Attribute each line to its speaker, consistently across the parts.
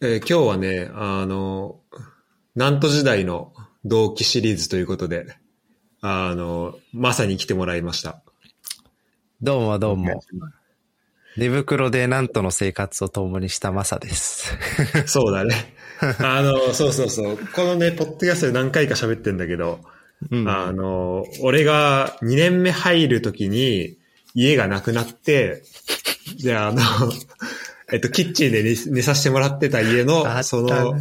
Speaker 1: えー今日はね、あの、南都時代の同期シリーズということで、あの、まさに来てもらいました。
Speaker 2: どうもどうも。寝袋でなんとの生活を共にしたマサです。
Speaker 1: そうだね。あの、そうそうそう。このね、ポッドキャストで何回か喋ってんだけど、
Speaker 2: うん。
Speaker 1: あの、俺が2年目入るときに家がなくなって、で、あの、 えっと、キッチンで寝寝させてもらってた家
Speaker 2: あった
Speaker 1: の、
Speaker 2: ね
Speaker 1: その、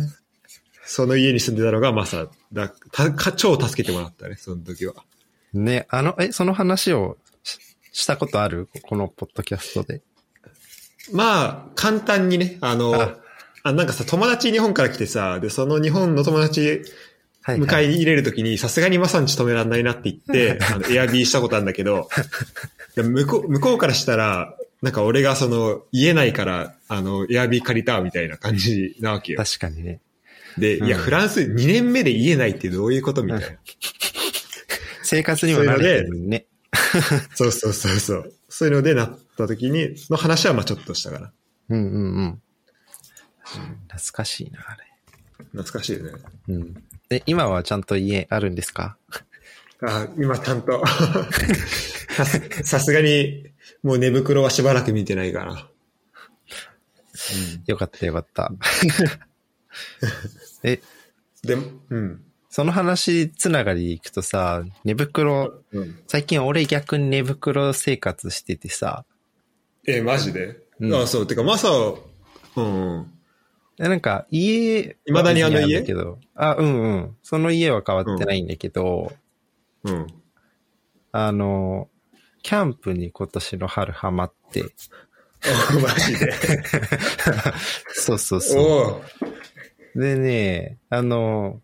Speaker 1: その家に住んでたのがマサだ、たか超助けてもらったね、その時は。
Speaker 2: ね、あの、え、その話をししたことあるこのポッドキャストで。
Speaker 1: まあ、簡単にね、あの、
Speaker 2: あ
Speaker 1: あなんかさ、友達日本から来てさ、で、その日本の友達
Speaker 2: は
Speaker 1: 迎えに入れるときに、さすがにマサんち止めらんないなって言 って、あの、エアビーしたことあるんだけど、で向こう、向こうからしたら、なんか俺がその、言えないから、あの、エアビー借りた、みたいな感じなわけよ。
Speaker 2: 確かにね。
Speaker 1: で、いや、
Speaker 2: うん
Speaker 1: フランス2年目で言えないってどういうことみたいな。
Speaker 2: 生活にも慣れてるね。
Speaker 1: そうそうそうそう。そういうのでなったときに、の話はまあちょっとしたから。
Speaker 2: うんうんうん。懐かしいな、あ
Speaker 1: 懐かしいよね。
Speaker 2: れ。うん。で、今はちゃんと家あるんですか
Speaker 1: あ、今ちゃんと。 さすさすがに、もう寝袋はしばらく見てないから。
Speaker 2: よかったよかった。え、
Speaker 1: で、うん。
Speaker 2: その話つながりでいくとさ、寝袋、
Speaker 1: うん、
Speaker 2: 最近俺逆に寝袋生活しててさ、
Speaker 1: え、マジで、
Speaker 2: うん
Speaker 1: あ、そう。てか、マサ、うん。
Speaker 2: でなんか家、
Speaker 1: 未だにあの家
Speaker 2: んだけど、あ、うんうん。その家は変わってないんだけど、
Speaker 1: うん。
Speaker 2: あの、キャンプに今年の春ハマって、
Speaker 1: お マジで。
Speaker 2: そうそうそ
Speaker 1: おう
Speaker 2: う。でね、あの、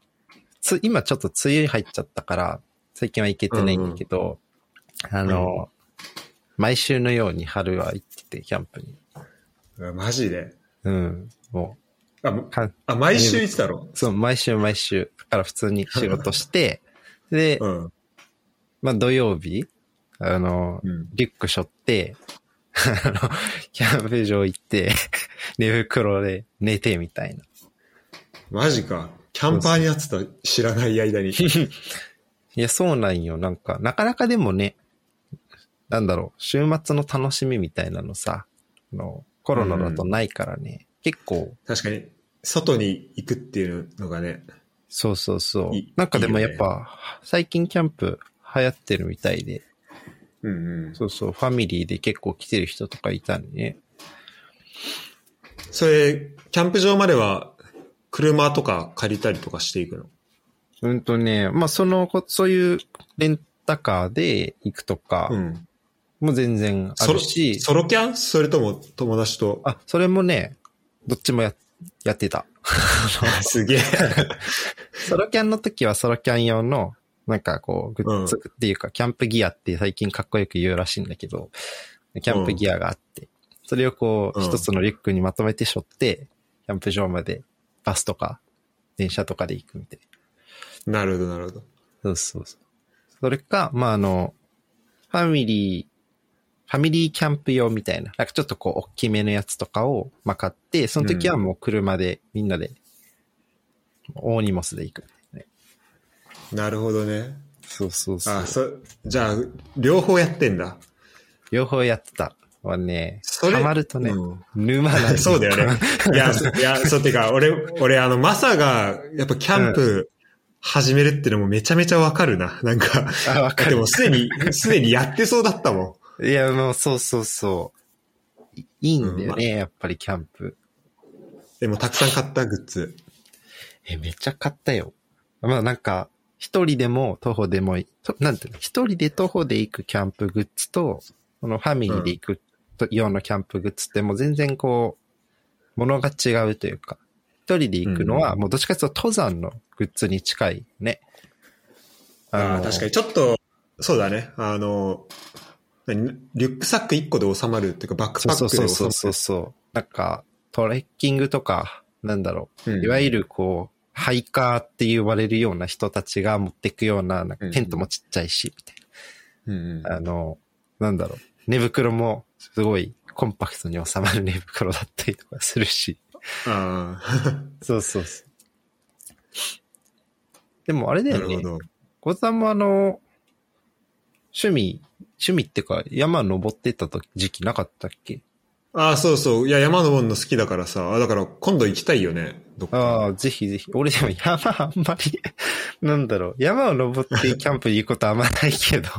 Speaker 2: つ、今ちょっと梅雨入っちゃったから、最近は行けてないんだけど、あの、毎週のように春は行ってて、キャンプに。
Speaker 1: あマジで。
Speaker 2: うん。も
Speaker 1: あ、も
Speaker 2: う、かん
Speaker 1: あ毎週言ってたろ
Speaker 2: そう、毎週毎週。だから普通に仕事して、で、
Speaker 1: うん。
Speaker 2: まあ土曜日、あの、
Speaker 1: うん。
Speaker 2: リュック背負って、あの、キャンプ場行って、寝袋で寝てみたいな。
Speaker 1: マジか。キャンパーになってた、知らない間 に。
Speaker 2: いや、そうなんよ。なんか、なかなかでもね、なんだろう、週末の楽しみみたいなのさ、あのコロナだとないからね、結構、
Speaker 1: 確かに、外に行くっていうのがね。
Speaker 2: そうそうそう
Speaker 1: い。
Speaker 2: なんかでも
Speaker 1: いいよ
Speaker 2: やっ
Speaker 1: ね
Speaker 2: ぱ、最近キャンプ流行ってるみたいで、
Speaker 1: うんうん。
Speaker 2: そうそう、ファミリーで結構来てる人とかいたんでね。
Speaker 1: それ、キャンプ場までは、車とか借りたりとかしていくの
Speaker 2: うんとね、まあ、その、こそういうレンタカーで行くとか、
Speaker 1: うん。
Speaker 2: もう全然あ
Speaker 1: ソロ
Speaker 2: るし、
Speaker 1: ソロキャンそれとも友達と。
Speaker 2: あ、それもね、どっちもや、やってた。
Speaker 1: すげえ。
Speaker 2: ソロキャンの時はソロキャン用の、なんかこう、グッズっていうか、キャンプギアって最近かっこよく言うらしいんだけど、キャンプギアがあって、それをこう、
Speaker 1: うん
Speaker 2: 一つのリュックにまとめて背負って、キャンプ場までバスとか、電車とかで行くみたいな。
Speaker 1: なるほど、なるほど。
Speaker 2: そうそうそう。それか、まあ、あの、ファミリー、ファミリーキャンプ用みたいな、なんかちょっとこう、大きめのやつとかを、まあ、買って、その時はもう車で、みんなで、大荷物で行く、ね。
Speaker 1: なるほどね。
Speaker 2: そうそうそう
Speaker 1: あ、。そ、じゃあ、両方やってんだ。
Speaker 2: 両方やってた。はね、
Speaker 1: それ
Speaker 2: ハマるとね、
Speaker 1: うん
Speaker 2: 沼なん
Speaker 1: そうだよね。いや、そいや、そう、てか、俺、俺、あの、マサが、やっぱキャンプ始めるってのもめちゃめちゃわかるな。なんか、
Speaker 2: あ、わか
Speaker 1: で
Speaker 2: る
Speaker 1: も。すでに、すでにやってそうだったも
Speaker 2: いや、もうそうそうそう。いいいんだ
Speaker 1: うんま
Speaker 2: よ
Speaker 1: あ
Speaker 2: ね、やっぱりキャン
Speaker 1: ん。
Speaker 2: プ。
Speaker 1: でも、たくさん買ったグッズ。
Speaker 2: え、めっちゃ買ったよ。まあなんか、一人でも徒歩でもいい、となんていうの、一人で徒歩で行くキャンプグッズと、このファミリーで行くと用のキャンプグッズってもう全然こう、ものが違うというか、一人で行くのは、もうどっちかというと登山のグッズに近いね。
Speaker 1: あ
Speaker 2: の
Speaker 1: あ、確かに、ちょっと、そうだね。あの、何リュックサック1個で収まるっていうか、バック
Speaker 2: そ
Speaker 1: パ
Speaker 2: う
Speaker 1: ック
Speaker 2: そ
Speaker 1: で収ま
Speaker 2: うそう
Speaker 1: る。
Speaker 2: そうそうそう。なんか、トレッキングとか、なんだろう、
Speaker 1: うん
Speaker 2: いわゆるこう、ハイカーって呼ばれるような人たちが持ってくような、なんかテントもちっちゃいし、みたい
Speaker 1: うんうん
Speaker 2: な。あの、なんだろう、寝袋もすごいコンパクトに収まる寝袋だったりとかするし。
Speaker 1: ああ。
Speaker 2: そうそうそう。でもあれだ
Speaker 1: な
Speaker 2: よ
Speaker 1: るほ
Speaker 2: ね。
Speaker 1: ど。
Speaker 2: 小玉の趣味、趣味ってか山登ってた時時期なかったっけ
Speaker 1: ああ、そうそう。いや、山登るの好きだからさ。あだから今度行きたいよね。どっ
Speaker 2: あ
Speaker 1: か。
Speaker 2: あ、ぜひぜひ。俺でも山あんまり、 なんだろう。山を登ってキャンプ行くことあんまないけ ど。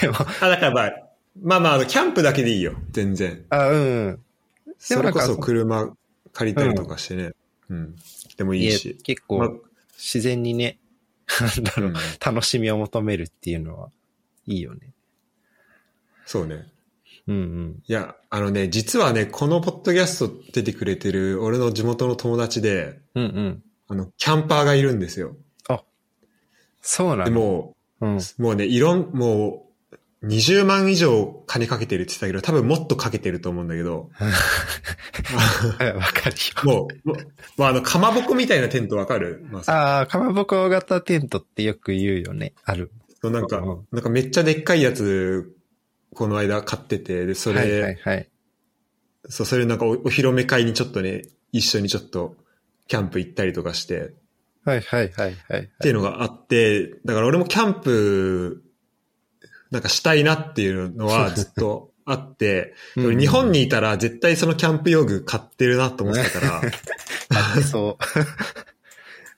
Speaker 2: でも、
Speaker 1: あだからまあ、まあまああの、キャンプだけでいいよ。全然。
Speaker 2: あうん。で
Speaker 1: そ
Speaker 2: もな
Speaker 1: れ
Speaker 2: ん
Speaker 1: こ
Speaker 2: か
Speaker 1: そ車借りたりとかしてね。うん。でもいいし。
Speaker 2: 結
Speaker 1: まあ
Speaker 2: 構、自然にね、 なんだろう
Speaker 1: うん。
Speaker 2: 楽しみを求めるっていうのは、いいよね。
Speaker 1: そうね。
Speaker 2: うんうん。
Speaker 1: いや、あのね、実はね、このポッドキャスト出てくれてる俺の地元の友達で、
Speaker 2: うんうん。
Speaker 1: あの、キャンパーがいるんですよ。
Speaker 2: そうな
Speaker 1: で
Speaker 2: の。
Speaker 1: も
Speaker 2: うん。
Speaker 1: う、もうね、いろん、もう、20万以上金かけてるって言ってたけど、多分もっとかけてると思うんだけど、
Speaker 2: はい わかるよ。
Speaker 1: もう、もうまあ、あの、かまぼこみたいなテントわかるまあさ、
Speaker 2: ああ、かまぼこ型テントってよく言うよね。ある。
Speaker 1: そうなんか
Speaker 2: うん、
Speaker 1: なんかめっちゃでっかいやつ、この間買ってて、で、それ、
Speaker 2: はいはいはい。
Speaker 1: そう、それなんかおお披露目会にちょっとね、一緒にちょっと、キャンプ行ったりとかして、
Speaker 2: はいはいはいはい
Speaker 1: っていうのがあって、だから俺もキャンプ、なんかしたいなっていうのはずっとあ って、でも
Speaker 2: はい。
Speaker 1: 日本にいたら絶対そのキャンプ用具買ってるなと思ってたか ら、
Speaker 2: あそう。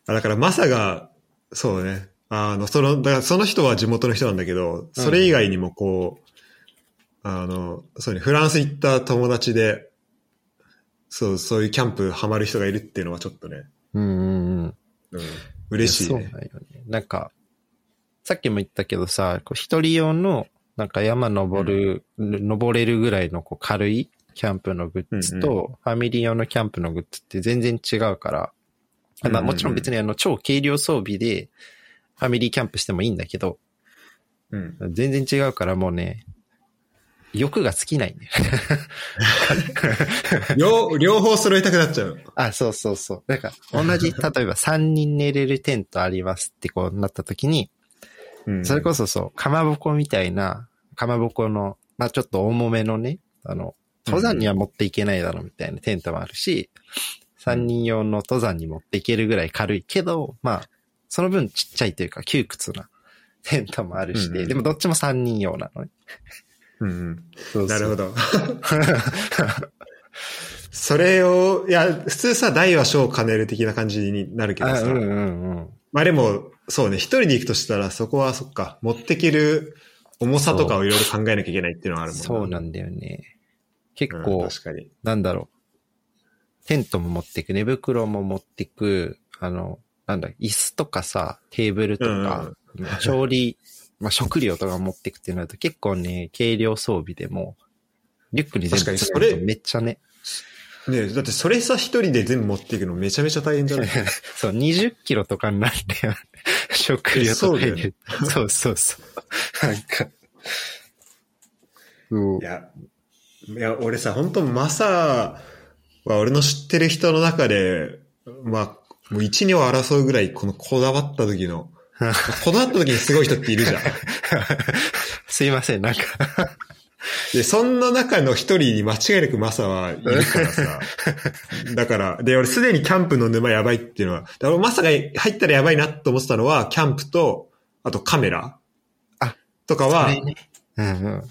Speaker 1: あだからマサが、そうね、あの、その、だからその人は地元の人なんだけど、それ以外にもこう、あの、そうね、フランス行った友達で、そう、そういうキャンプハマる人がいるっていうのはちょっとね、
Speaker 2: うんうんうん。
Speaker 1: うん、嬉しい
Speaker 2: そう
Speaker 1: ね
Speaker 2: なん。よね。なんか、さっきも言ったけどさ、こう一人用の、なんか山登る、登れるぐらいのこう軽いキャンプのグッズと、
Speaker 1: うん
Speaker 2: ファミリー用のキャンプのグッズって全然違うから、
Speaker 1: うんうん
Speaker 2: ま
Speaker 1: う
Speaker 2: あ
Speaker 1: ん
Speaker 2: もちろん別にあの超軽量装備でファミリーキャンプしてもいいんだけど、
Speaker 1: うん。
Speaker 2: 全然違うからもうね、欲が尽きないね。
Speaker 1: 両、両方揃えたくなっちゃう。
Speaker 2: あ、そうそうそう。なん か同じ、例えば3人寝れるテントありますってこうなった時に、
Speaker 1: うん
Speaker 2: それこそそう、かまぼこみたいな、かまぼこの、まあちょっと重めのね、あの、登山には持っていけないだろうみたいなテントもあるし、三人用の登山に持っていけるぐらい軽いけど、まあ、その分ちっちゃいというか窮屈なテントもあるし
Speaker 1: うんう
Speaker 2: で、
Speaker 1: ん
Speaker 2: でもどっちも三人用なのね。
Speaker 1: うん
Speaker 2: そう
Speaker 1: うん、
Speaker 2: そう
Speaker 1: なるほど。 それを、いや、普通さ、大は小を兼ねる的な感じになるけど
Speaker 2: あ
Speaker 1: さ。
Speaker 2: うんうんうん。
Speaker 1: まあでも、そうね、一人で行くとしたら、そこは、そっか、持ってける重さとかをいろいろ考えなきゃいけないっていうのはあるもん
Speaker 2: そうなんだよね。結構、
Speaker 1: うん確かに。
Speaker 2: なんだろう。テントも持ってく、寝袋も持ってく、あの、なんだ、椅子とかさ、テーブルとか、調理、まあ、食料とか持ってくってなると結構ね、軽量装備でもう、リュックに全部
Speaker 1: 確かに
Speaker 2: 詰めると
Speaker 1: それ
Speaker 2: めっちゃね、
Speaker 1: ねえだってそれさ、一人で全部持っていくのめちゃめちゃ大変じゃない
Speaker 2: そう、20キロとかになって、 食料
Speaker 1: そ
Speaker 2: と
Speaker 1: うだ
Speaker 2: か入
Speaker 1: よね
Speaker 2: れる。そうそうそう。なんか、そう
Speaker 1: いや、いや、俺さ、本当マサは俺の知ってる人の中で、まあ、もう一、二を争うぐらい、このこだわった時 の、こだわった時にすごい人っているじゃん。
Speaker 2: すいません、なんか、
Speaker 1: で、そんな中の一人に間違いなくマサはいるから さ。だから、で、俺すでにキャンプの沼やばいっていうのは、だから俺マサが入ったらやばいなと思ってたのは、キャンプと、あとカメラ。
Speaker 2: あ
Speaker 1: とかは
Speaker 2: そ、れねうんうん。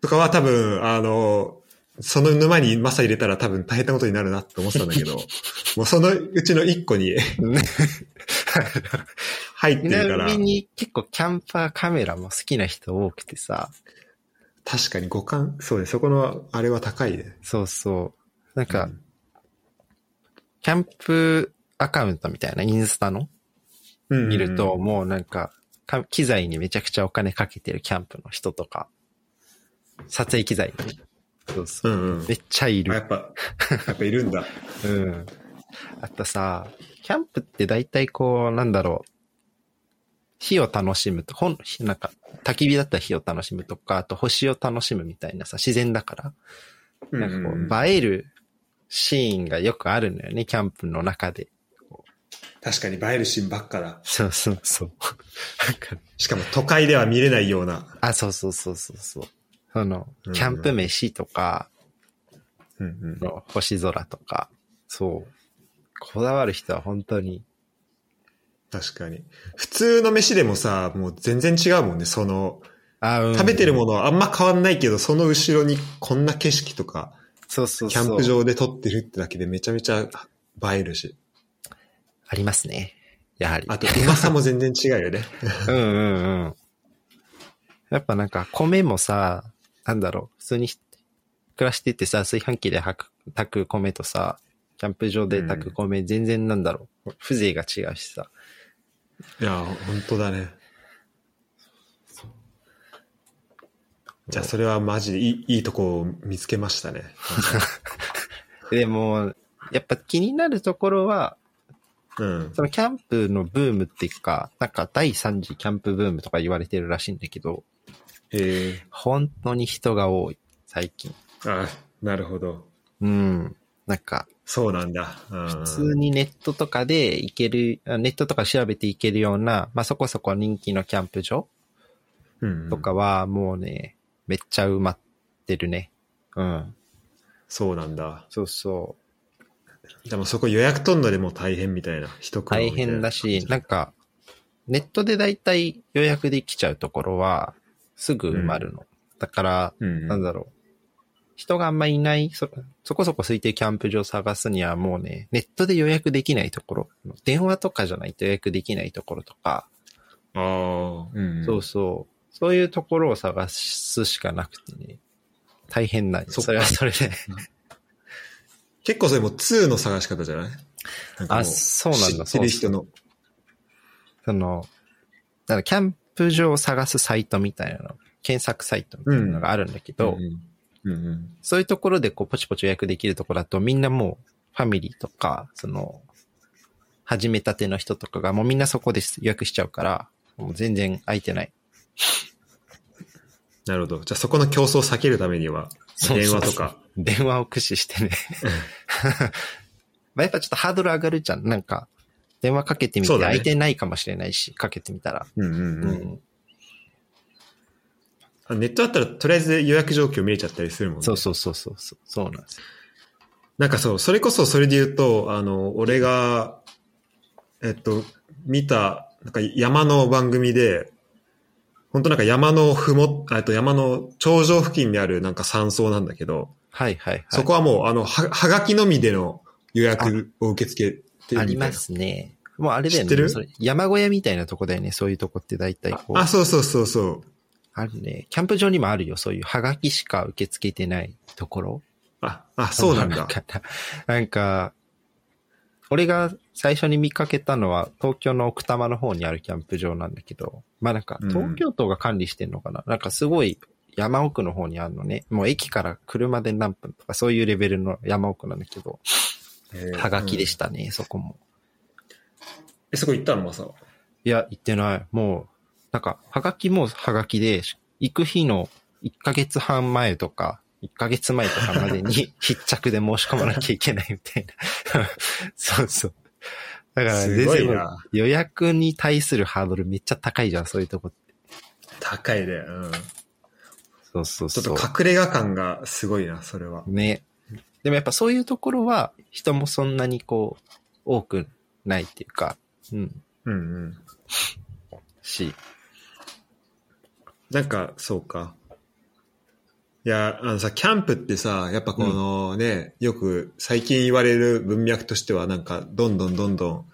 Speaker 1: とかは多分、あの、その沼にマサ入れたら多分大変なことになるなって思ってたんだけ ど、もうそのうちの一個に入って
Speaker 2: ち
Speaker 1: るか
Speaker 2: な
Speaker 1: ら
Speaker 2: み、に結構キャンパーカメラも好きな人多くてさ、
Speaker 1: 確かに五感、そうね、そこのあれは高いね。
Speaker 2: そうそう。なんか、キャンプアカウントみたいなインスタの
Speaker 1: うん、
Speaker 2: 見る
Speaker 1: うん
Speaker 2: と、もうなんか、か機材にめちゃくちゃお金かけてるキャンプの人とか、撮影機材にね。そうそうう。
Speaker 1: んうん。
Speaker 2: めっちゃい
Speaker 1: あや
Speaker 2: る。
Speaker 1: っぱ、やっぱいるんだ。
Speaker 2: うん。あとさ、キャンプって大体こう、なんだろう。火を楽しむと、ほん、なんか、焚き火だったら火を楽しむとか、あと星を楽しむみたいなさ、自然だから。なんかこう、映えるシーンがよくあるのよね、キャンプの中で。
Speaker 1: 確かに映えるシーンばっかだ。
Speaker 2: そうそうそう。なんか、
Speaker 1: しかも都会では見れないような。
Speaker 2: あ、そうそうそうそうそう。その
Speaker 1: う、ん
Speaker 2: キャンプ飯とか、
Speaker 1: うんうん
Speaker 2: の星空とか、そう。こだわる人は本当に。
Speaker 1: 確かに。普通の飯でもさ、もう全然違うもんね。その、
Speaker 2: あうん
Speaker 1: 食べてるものはあんま変わんないけど、その後ろにこんな景色とか、
Speaker 2: そうそう
Speaker 1: キ
Speaker 2: そう。
Speaker 1: ャンプ場で撮ってるってだけでめちゃめちゃ映えるし。
Speaker 2: ありますね。やはり。
Speaker 1: あと、うまさも全然違うよね。
Speaker 2: うんうんうん。やっぱなんか米もさ、なんだろう、普通にひ暮らしててさ、炊飯器で炊く炊く米とさ、キャンプ場で炊く米、全然なんだろう、風情が違うしさ。
Speaker 1: いや、本当だね。じゃあ、それはマジでいいいいとこを見つけましたね。
Speaker 2: でも、やっぱ気になるところは、
Speaker 1: うん。
Speaker 2: そのキャンプのブームっていうか、なんか第3次キャンプブームとか言われてるらしいんだけど、
Speaker 1: へえ。
Speaker 2: 本当に人が多い、最近。
Speaker 1: あ、なるほど。
Speaker 2: うん。なんか、
Speaker 1: そうなんだ。うん
Speaker 2: 普通にネットとかで行ける、あネットとか調べて行けるような、まあ、そこそこ人気のキャンプ場
Speaker 1: うん
Speaker 2: とかはもうね、めっちゃ埋まってるね。うん。
Speaker 1: そうなんだ。
Speaker 2: そうそう。
Speaker 1: でもそこ予約取んのでもう大変みたいな。人来る
Speaker 2: 大変だし、なんか、ネットでだいたい予約できちゃうところは、すぐ埋まるの。だから、
Speaker 1: うん。
Speaker 2: なんだろう。人があんまいない、そ、そこそこ空いてるキャンプ場探すにはもうね、ネットで予約できないところ、電話とかじゃないと予約できないところとか、
Speaker 1: ああ、うん。
Speaker 2: そうそう。そういうところを探すしかなくてね。大変なんよ
Speaker 1: そっか
Speaker 2: それはそれ で。
Speaker 1: 結構それも2の探し方じゃないなんかも
Speaker 2: あ、そうなんだ。
Speaker 1: 知っ
Speaker 2: そ
Speaker 1: て
Speaker 2: う
Speaker 1: る。人の。
Speaker 2: その、だからキャンプ場を探すサイトみたいなの、検索サイトみたいなのがあるんだけど、
Speaker 1: うんうん。うん
Speaker 2: そういうところでこうポチポチ予約できるところだとみんなもうファミリーとか、その、始めたての人とかがもうみんなそこで予約しちゃうから、もう全然空いてない。
Speaker 1: なるほど。じゃあそこの競争を避けるためには、
Speaker 2: そう
Speaker 1: 電
Speaker 2: そう
Speaker 1: 話とか。
Speaker 2: 電話を駆使してね。まあやっぱちょっとハードル上がるじゃん。なんか、電話かけてみ
Speaker 1: そ
Speaker 2: て、
Speaker 1: うだね
Speaker 2: 空いてないかもしれないし、かけてみたら。
Speaker 1: うんうん
Speaker 2: う
Speaker 1: うん
Speaker 2: ん。
Speaker 1: あネットだったらとりあえず予約状況見れちゃったりするもんね。
Speaker 2: そうそうそうそうそう。そうなんですよ。
Speaker 1: なんかそう、それこそそれで言うと、あの、俺が、えっと、見た、なんか山の番組で、本当なんか山のふも、えっと山の頂上付近にあるなんか山荘なんだけど、
Speaker 2: はいはいはい。
Speaker 1: そこはもうあの、は、はがきのみでの予約を受け付けてるみたいな。
Speaker 2: ありますね。もうあれだよね。
Speaker 1: 知ってる
Speaker 2: それ山小屋みたいなとこだよね。そういうとこって大体こう。
Speaker 1: あ、そうそうそうそう。
Speaker 2: あるね。キャンプ場にもあるよ。そういうハガキしか受け付けてないところ。
Speaker 1: あ、あ、そうなん
Speaker 2: なん
Speaker 1: だ。
Speaker 2: か、なんか俺が最初に見かけたのは、東京の奥多摩の方にあるキャンプ場なんだけど、まあなんか、
Speaker 1: うん。
Speaker 2: 東京都が管理してんのかな、なんかすごい山奥の方にあるのね。もう駅から車で何分とか、そういうレベルの山奥なんだけど、はがきでしたたね、そこも。
Speaker 1: え、そこ行ったのまさ。
Speaker 2: いや、行ってない。もう、なんか、はがきもはがきで、行く日の1ヶ月半前とか、1ヶ月前とかまでに 必着で申し込まなきゃいけないみたいな。 そうそう。だから、
Speaker 1: すごい
Speaker 2: 全然
Speaker 1: な
Speaker 2: 予約に対するハードルめっちゃ高いじゃん、そういうとこって。
Speaker 1: 高いで、うん。
Speaker 2: そうそう
Speaker 1: ち
Speaker 2: そ
Speaker 1: ょ
Speaker 2: う
Speaker 1: っ。と隠れ家感がすごいな、それは。
Speaker 2: ね。でもやっぱそういうところは、人もそんなにこう、多くないっていうか、うん、
Speaker 1: うんうん。
Speaker 2: し。
Speaker 1: なんか、そうか。いや、あのさ、キャンプってさ、やっぱこのね、よく最近言われる文脈としては、なんか、どんどんどんどん、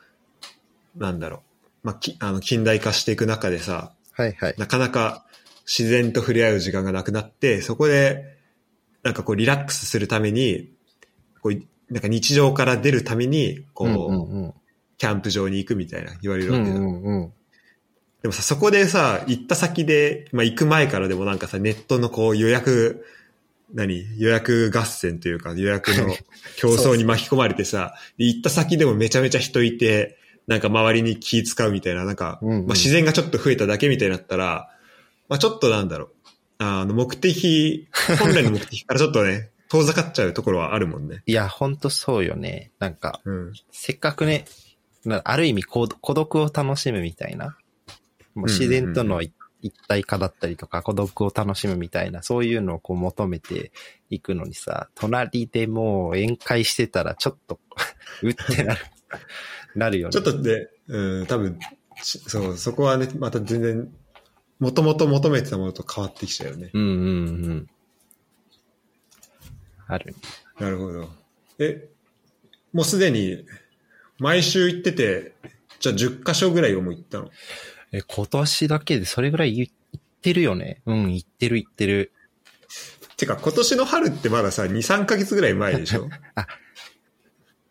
Speaker 1: なんだろう、まあ、きあの近代化していく中でさ、
Speaker 2: はいはい。
Speaker 1: なかなか自然と触れ合う時間がなくなって、そこで、なんかこう、リラックスするために、こう、なんか日常から出るために、こう、
Speaker 2: うんうんうん
Speaker 1: キャンプ場に行くみたいな言われる
Speaker 2: う
Speaker 1: わけ
Speaker 2: ん
Speaker 1: だ。
Speaker 2: うんうん。
Speaker 1: でもさ、そこでさ、行った先で、まあ、行く前からでもなんかさ、ネットのこう予約、何予約合戦というか、予約 の競争に巻き込まれてさ、で行った先でもめちゃめちゃ人いて、なんか周りに気使うみたいな、なんか、
Speaker 2: うんうん
Speaker 1: まあ、自然がちょっと増えただけみたいになったら、まあ、ちょっとなんだろう。あの、目的、本来の目的からちょっとね、 遠ざかっちゃうところはあるもんね。
Speaker 2: いや、ほんとそうよね。なんか、
Speaker 1: うん。
Speaker 2: せっかくね、なある意味孤独孤独を楽しむみたいな、もう自然とのい一体化だったりとか、孤独を楽しむみたいな、そういうのをこう求めていくのにさ、隣でもう宴会してたらちょっと うってなる、 なるよね。
Speaker 1: ちょっとで、うん、多分、しそう、そこはね、また全然、もともと求めてたものと変わってきちゃうよね。
Speaker 2: うんうんうん。ある。
Speaker 1: なるほど。え、もうすでに、毎週行ってて、じゃあ10箇所ぐらいをもう行ったの
Speaker 2: え、今年だけでそれぐらい言ってるよね。うん、言ってる言ってる。
Speaker 1: てか、今年の春ってまださ、2、3ヶ月ぐらい前でしょ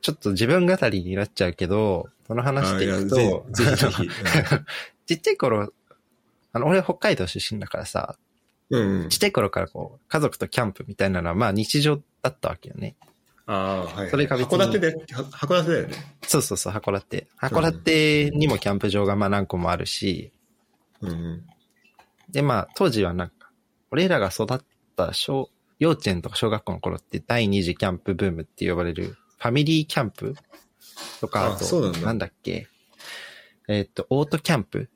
Speaker 2: ちょっと自分語りになっちゃうけど、その 話でいくと
Speaker 1: あ、いやぜひぜひ
Speaker 2: ちっちゃい頃、あの、俺北海道出身だからさ、
Speaker 1: うんうん。
Speaker 2: ちっちゃい頃からこう、家族とキャンプみたいなのはまあ日常だったわけよね。
Speaker 1: ああ、はいはい。
Speaker 2: それが別に
Speaker 1: 函館で、は函館だよね。
Speaker 2: そうそうそう、函館。函館にもキャンプ場がまあ何個もあるし、
Speaker 1: うんうん。
Speaker 2: で、まあ、当時はなんか、俺らが育った小、幼稚園とか小学校の頃って第二次キャンプブームって呼ばれる、ファミリーキャンプとか、
Speaker 1: あ
Speaker 2: あと、
Speaker 1: そうなんだ
Speaker 2: だっけ、えーっと、オートキャンプ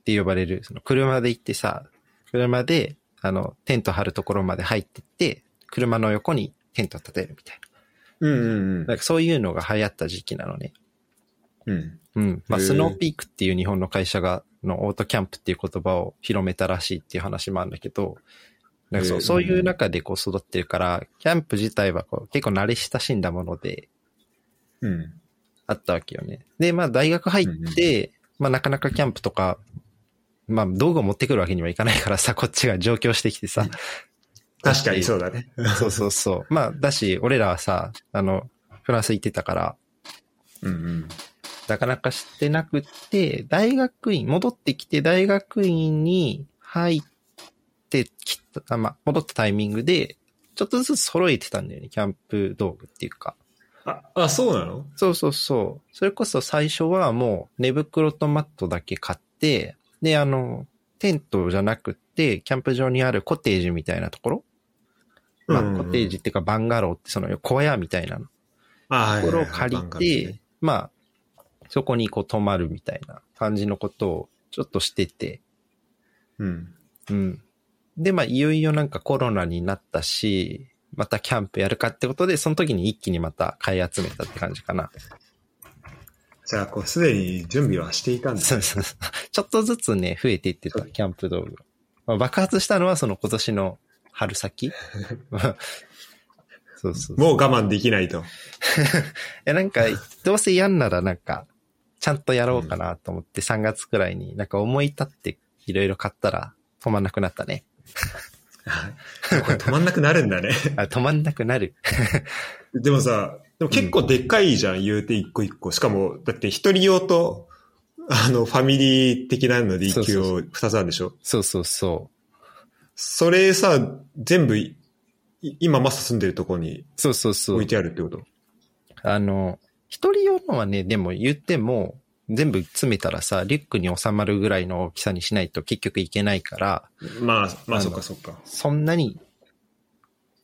Speaker 2: って呼ばれる、その車で行ってさ、車で、あの、テント張るところまで入ってって、車の横にテント立てるみたい
Speaker 1: うんうん
Speaker 2: な。なんかそういうのが流行った時期なのね。
Speaker 1: うん。うん。
Speaker 2: うん。まあ、
Speaker 1: へー
Speaker 2: スノーピークっていう日本の会社が、のオートキャンプっていう言葉を広めたらしいっていう話もあるんだけど、なんかそ
Speaker 1: へー
Speaker 2: うそういう中でこう育ってるから、キャンプ自体はこう結構慣れ親しんだもので
Speaker 1: うん。
Speaker 2: あったわけよね。で、まあ大学入って、まあなかなかキャンプとか、まあ道具を持ってくるわけにはいかないからさ、こっちが上京してきてさ、
Speaker 1: 確かにそうだね。
Speaker 2: そうそうそう。まあだし、俺らはさ、あの、フランス行ってたから、
Speaker 1: うんうん。
Speaker 2: なかなかしてなくって、大学院、戻ってきて大学院に入ってきた、あまあ、戻ったタイミングで、ちょっとずつ揃えてたんだよね、キャンプ道具っていうか。
Speaker 1: あ、あ、そうなの
Speaker 2: そうそうそう。それこそ最初はもう寝袋とマットだけ買って、で、あの、テントじゃなくって、キャンプ場にあるコテージみたいなところ、まあ、コテージっていうかバンガローってその小屋みたいなの
Speaker 1: あ
Speaker 2: ところを借りて、、
Speaker 1: はい
Speaker 2: まあ、そこにこう泊まるみたいな感じのことをちょっとしてて、
Speaker 1: うん。
Speaker 2: うん。で、まあ、いよいよなんかコロナになったし、またキャンプやるかってことで、その時に一気にまた買い集めたって感じかな。
Speaker 1: じゃあ、こう、すでに準備はしていたんだ。
Speaker 2: そうそうそう。ちょっとずつね、増えていってた、キャンプ道具が。まあ、爆発したのはその今年の 春先そうそうそう。
Speaker 1: もう我慢できない と。
Speaker 2: え、なんか、どうせやんならなんか、ちゃんとやろうかなと思って3月くらいになんか思い立っていろいろ買ったら止まんなくなったね。
Speaker 1: これ止まんなくなるん だね。
Speaker 2: あ、止まんなくなる。
Speaker 1: でもさ、でも結構でっかいじゃん、言うて一個一個。しかも、だって一人用と、あの、ファミリー的なので一級
Speaker 2: そ
Speaker 1: を二つあるんでしょ
Speaker 2: そうそうそう。
Speaker 1: それさ、全部い、い今マサ住んでるとこに
Speaker 2: そうそうそ
Speaker 1: 置
Speaker 2: う
Speaker 1: い。てあるってこと
Speaker 2: あの、一人用のはね、でも言っても、全部詰めたらさ、リュックに収まるぐらいの大きさにしないと結局いけないから、
Speaker 1: まあ、ま
Speaker 2: あ
Speaker 1: あ、そ
Speaker 2: の
Speaker 1: っかそっか。
Speaker 2: そんなに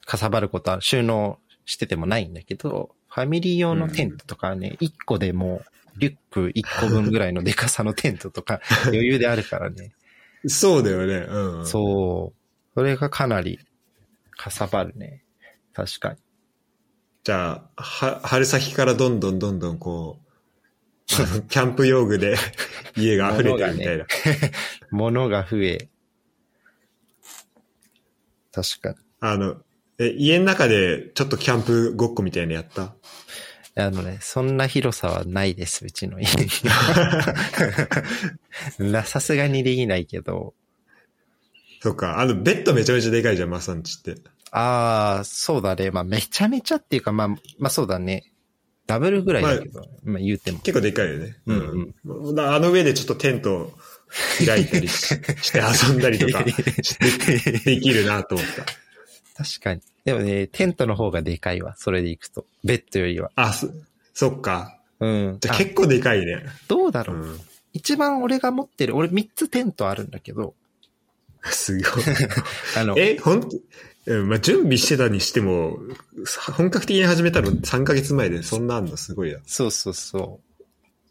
Speaker 2: かさばることは収納しててもないんだけど、ファミリー用のテントとかはね、1個でもうリュック1個分ぐらいのでかさのテント とか余裕であるからね。
Speaker 1: そうだよね。うん、うん。
Speaker 2: そう。それがかなりかさばるね。確かに。
Speaker 1: じゃあ、は、春先からどんどんどんどんこ う、あのキャンプ用具で 家が溢れてるみたいな。
Speaker 2: 物が増え。確かに。
Speaker 1: あの、え、家の中でちょっとキャンプごっこみたいなのやった
Speaker 2: あのね、そんな広さはないです、うち の家 に。な、さすがにできないけど。
Speaker 1: そっか。あの、ベッドめちゃめちゃでかいじゃん、マサンチって。
Speaker 2: ああ、そうだね。まあ、めちゃめちゃっていうか、まあ、まあそうだね。ダブルぐらいだけど、まあ言うても。
Speaker 1: 結構でかいよね。
Speaker 2: うん
Speaker 1: うん。あの上でちょっとテントを開いたりし して遊んだりとかしてできるなと思った。
Speaker 2: 確かに。でもね、テントの方がでかいわ。それで行くと。ベッドよりは。
Speaker 1: あ、そ、そっか。
Speaker 2: うん。
Speaker 1: じゃあ
Speaker 2: あ
Speaker 1: 結構でかいね。
Speaker 2: どうだ
Speaker 1: う
Speaker 2: ろう、
Speaker 1: ん。
Speaker 2: 一番俺が持ってる、俺3つテントあるんだけど、
Speaker 1: すごい。
Speaker 2: あの、
Speaker 1: え、ほんと、うん、まあ、準備してたにしても、本格的に始めたの3ヶ月前でそんなあんのすごいな。
Speaker 2: そうそうそ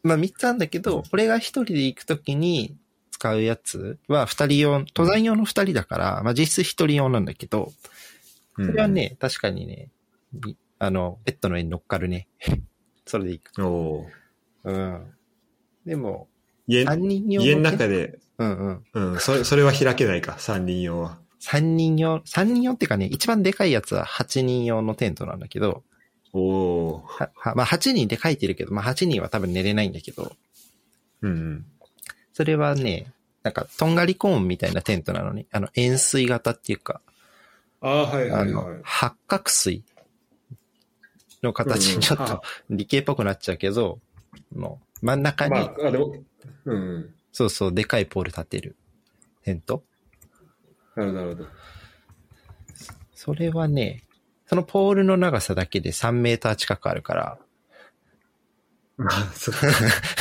Speaker 2: う。まあ3つあるんだけど、俺が1人で行くときに使うやつは二人用、登山用の二人だから、まあ実質一人用なんだけど、
Speaker 1: うん
Speaker 2: それはね、確かにね、にあの、ベッドの上に乗っかるね。 それでいく。
Speaker 1: おー
Speaker 2: うん。でも、
Speaker 1: 家
Speaker 2: 三人用
Speaker 1: 家の中。で、
Speaker 2: うんうん。
Speaker 1: うん、それ、それは開けないか、三人用は。
Speaker 2: 三人用、三人用っていうかね、一番でかいやつは八人用のテントなんだけど、
Speaker 1: おー
Speaker 2: ははまあ8人で書いてるけど、まあ8人は多分寝れないんだけど、
Speaker 1: うん。
Speaker 2: それはね、なんか、とんがりコーンみたいなテントなのに、あの、円錐型っていうか、
Speaker 1: ああ、はい
Speaker 2: あの、八角錐の形
Speaker 1: うん
Speaker 2: にちょっ
Speaker 1: あ
Speaker 2: と理系っぽくなっちゃうけど、の真ん中に、
Speaker 1: あ、でも、うん。
Speaker 2: そうそう、でかいポール立てるテント。
Speaker 1: なるほど、なるほど。
Speaker 2: それはね、そのポールの長さだけで3メーター近くあるから、
Speaker 1: まあ、 そう。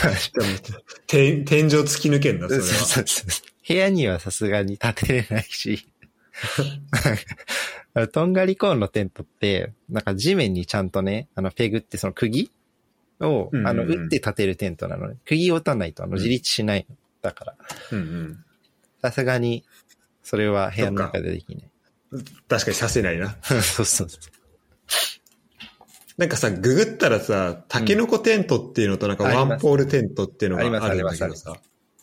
Speaker 1: 天、天井突き抜けんだ、そ
Speaker 2: そ
Speaker 1: れ
Speaker 2: うそうそう部屋にはさすがに建てれな いし。あのとんがりコーンのテントって、なんか地面にちゃんとね、あのペグってその釘を、
Speaker 1: うんうんうん
Speaker 2: あの、打って建てるテントなので、釘を打たないとあの
Speaker 1: うん
Speaker 2: 自立しないの。だから、
Speaker 1: は。うん
Speaker 2: さすがに、それは部屋の中でできない。
Speaker 1: うん。確かにさせないな。
Speaker 2: そう そうそう。
Speaker 1: なんかさ、ググったらさ、タケノコテントっていうのとなんか
Speaker 2: あり
Speaker 1: ワ
Speaker 2: ます
Speaker 1: ンポールテントっていうのが
Speaker 2: あります
Speaker 1: あるんだけ
Speaker 2: あり
Speaker 1: ど
Speaker 2: ます
Speaker 1: さ。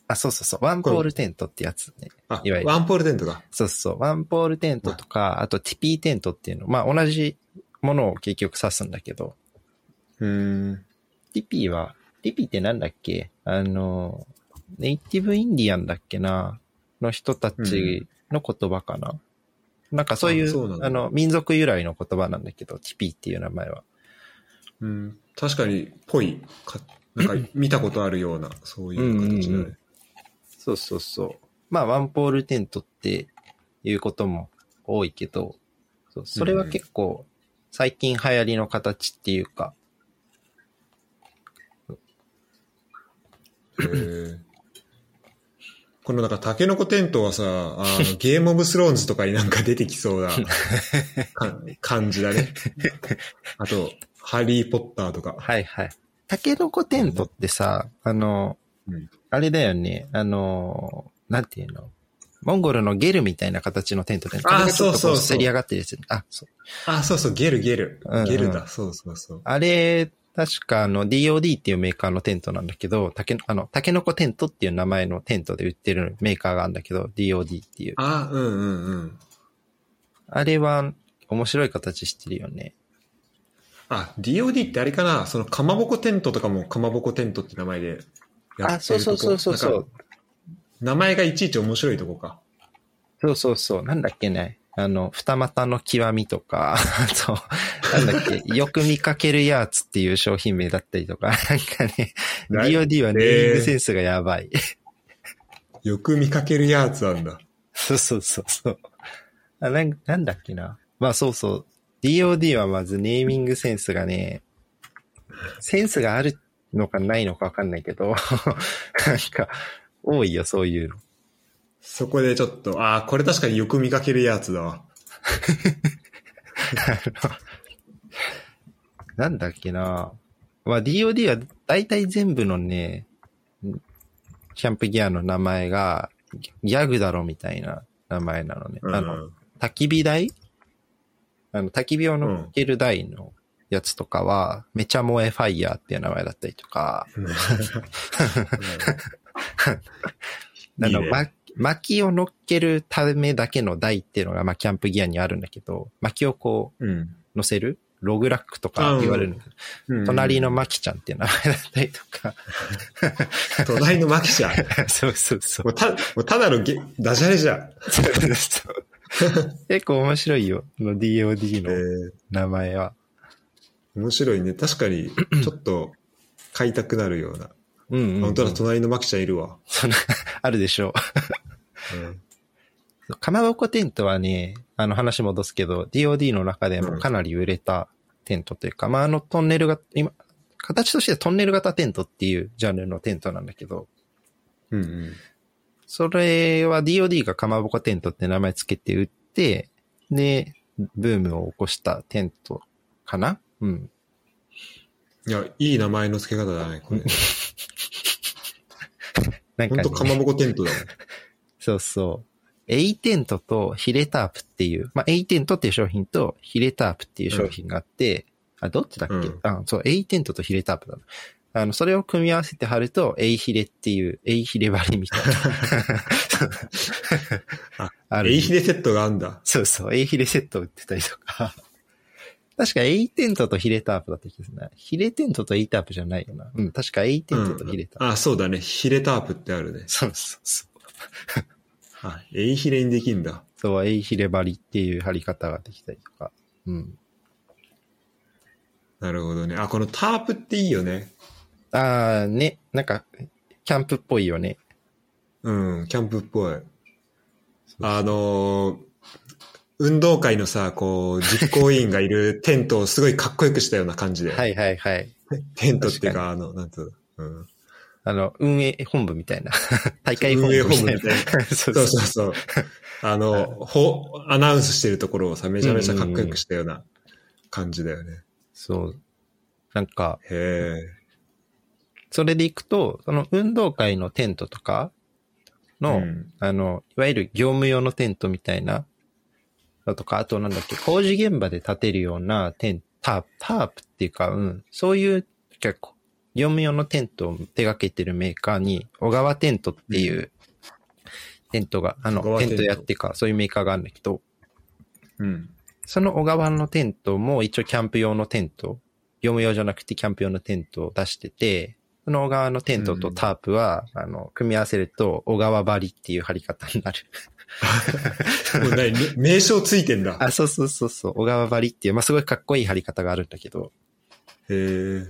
Speaker 2: あ、そうそうそう。ワンポールテントってやつね。
Speaker 1: あ
Speaker 2: いわゆ、る
Speaker 1: ワンポールテントだ。
Speaker 2: そうそう。ワンポールテントとか、あとティピーテントっていうの。まあ、同じものを結局指すんだけど、
Speaker 1: うーん。
Speaker 2: リピーは、リピーってなんだっけあの、ネイティブインディアンだっけなの人たちの言葉かな、なんかそうい、
Speaker 1: あそううなん
Speaker 2: あ
Speaker 1: だ
Speaker 2: の、民族由来の言葉なんだけど、ティピーっていう名前は。
Speaker 1: うん。確かに、ぽい。かなんか見たことあるような、そういう形だ
Speaker 2: うんうんう
Speaker 1: ね
Speaker 2: ん。そうそうそう。まあ、ワンポールテントっていうことも多いけど、そうそれは結構、最近流行りの形っていうか、
Speaker 1: へーこのなんか、タケノコテントはさ、あ の、ゲームオブスローンズとかになんか出てきそうな か感じだね。あと、ハリーポッターとか。
Speaker 2: はいはい。タケノコテントってさ、あの、
Speaker 1: うん
Speaker 2: あれだよね、あの、なんていうのモンゴルのゲルみたいな形のテントで、
Speaker 1: あー
Speaker 2: ちょっとこ
Speaker 1: そうそうそう
Speaker 2: せり上がってるやつ。あ、そう。
Speaker 1: あ、そうそう、ゲルゲル
Speaker 2: うんうん。
Speaker 1: ゲルだ、そうそうそう。
Speaker 2: あれ、確かあの DOD っていうメーカーのテントなんだけど、タケ、あの、タケノコテントっていう名前のテントで売ってるメーカーがあるんだけど、DOD っていう。
Speaker 1: あ、うんうんうん。
Speaker 2: あれは面白い形してるよね。
Speaker 1: あ、DOD ってあれかな、その、かまぼこテントとかもかまぼこテントって名前でやってるとこ。
Speaker 2: あ、そうそうそうそうそ
Speaker 1: なん
Speaker 2: う
Speaker 1: か。。名前がいちいち面白いとこか。
Speaker 2: そうそうそう。なんだっけね。あの、二股の極みとか、 あと、なんだっけ、よく見かけるやつっていう商品名だったりとか、 なんかね、
Speaker 1: ない
Speaker 2: DOD はネーミングセンスがやばい。
Speaker 1: よく見かけるやつなんだ。
Speaker 2: そうそうそうそうあなん。なんだっけな。まあそうそう。DOD はまずネーミングセンスがね、センスがあるのかないのかわかんないけど、 なんか、多いよ、そういうの。
Speaker 1: そこでちょっと、あーこれ確かによく見かけるやつだわ。
Speaker 2: あのなんだっけなまあ DOD は大体全部のね、キャンプギアの名前がギャグだろみたいな名前なのね。
Speaker 1: うん
Speaker 2: あの、焚き火台あの、焚き火を乗っける台のやつとかは、めちゃ燃えファイヤーっていう名前だったりとか、あの、
Speaker 1: いいね
Speaker 2: ま、薪を乗っけるためだけの台っていうのが、まあ、キャンプギアにあるんだけど、薪をこ
Speaker 1: うん
Speaker 2: う、乗せるログラックとか言われるんだけど
Speaker 1: うん
Speaker 2: 隣のマキちゃんっていう名前だったりとか。
Speaker 1: 隣のマキじゃん。
Speaker 2: そうそう そ
Speaker 1: もうたもうただのゲダジャレじゃん。
Speaker 2: うそう。 結構面白いよ。この DOD
Speaker 1: え
Speaker 2: の
Speaker 1: ー、
Speaker 2: 名前は。
Speaker 1: 面白いね。確か に、ちょっと買いたくなるような。
Speaker 2: うんうん、うん。
Speaker 1: 本当だ、隣のマキちゃんいるわ。
Speaker 2: そんなあるでしょ
Speaker 1: うん
Speaker 2: う。かまぼこテントはね、あの話戻すけど、DOD の中でもかなり売れたテントというか、まああのトンネルが、今、形としてはトンネル型テントっていうジャンルのテントなんだけど、
Speaker 1: うんうん
Speaker 2: それは DOD がかまぼこテントって名前つけて売って、で、ブームを起こしたテントかなうん。
Speaker 1: いや、いい名前の付け方だね、これ。
Speaker 2: なんか、
Speaker 1: ほん
Speaker 2: ね
Speaker 1: と、かまぼこテントだもん。
Speaker 2: そうそう。エイテントとヒレタープっていう、まあ、エイテントっていう商品とヒレタープっていう商品があって、あ、どっちだっけ、
Speaker 1: うん
Speaker 2: あ、そう、エイテントとヒレタープだな。あの、それを組み合わせて貼ると、エイヒレっていう、エイヒレ針みたいな
Speaker 1: あ。
Speaker 2: あ
Speaker 1: エイヒレセットがあんだ。
Speaker 2: そうそう、エイヒレセット売ってたりとか。確かエイテントとヒレタープだった気がするな。ヒレテントとエイタープじゃないよな。うん、確かエイテントとヒレタープ。
Speaker 1: うんあ、そうだね。ヒレタープってあるね。
Speaker 2: そうそうそう。
Speaker 1: あ、エイヒレにできんだ。
Speaker 2: そう、エイヒレバリっていう貼り方ができたりとか。うん。
Speaker 1: なるほどね。あ、このタープっていいよね。
Speaker 2: ああ、ね、なんか、キャンプっぽいよね。
Speaker 1: うん、キャンプっぽい。あのー運動会のさ、こう、実行委員がいるテントをすごいかっこよくしたような感じで。
Speaker 2: はいはいはい。
Speaker 1: テントっていうか、あの、なんつうの、うん。
Speaker 2: あの、運営本部みたいな。 大会本
Speaker 1: 運営
Speaker 2: 部み
Speaker 1: 本部
Speaker 2: たい
Speaker 1: み
Speaker 2: な。
Speaker 1: たいな。
Speaker 2: そ
Speaker 1: そ
Speaker 2: うそうう
Speaker 1: そうそう。あの、ほ、アナウンスしてるところをさ、めちゃめちゃかっこよくしたような感じだよね。
Speaker 2: そう。なんか、
Speaker 1: へ
Speaker 2: それで行くと、その運動会のテントとか
Speaker 1: え。う
Speaker 2: の、
Speaker 1: ん
Speaker 2: あの、いわゆる業務用のテントみたいなのとか、あとなんだっけ、工事現場で建てるようなテンタープ、タープっていうか、うん、そういう、結構、業務用のテントを手掛けてるメーカーに、小川テントっていう、テントが、あの
Speaker 1: 小川、
Speaker 2: テ
Speaker 1: テン
Speaker 2: ン
Speaker 1: ト
Speaker 2: トやってか、そういうメーカーがあるんだけど、
Speaker 1: うん。
Speaker 2: その小川のテントも一応キャンプ用のテント、業務用じゃなくてキャンプ用のテントを出してて、その小川のテントとタープは、あの、組み合わせると、小川張りっていう張り方になる。
Speaker 1: もう何名称ついてん だ。
Speaker 2: あ、そうそうそうそう、小川張りっていう、まあ、すごいかっこいい貼り方があるんだけど、
Speaker 1: へえ。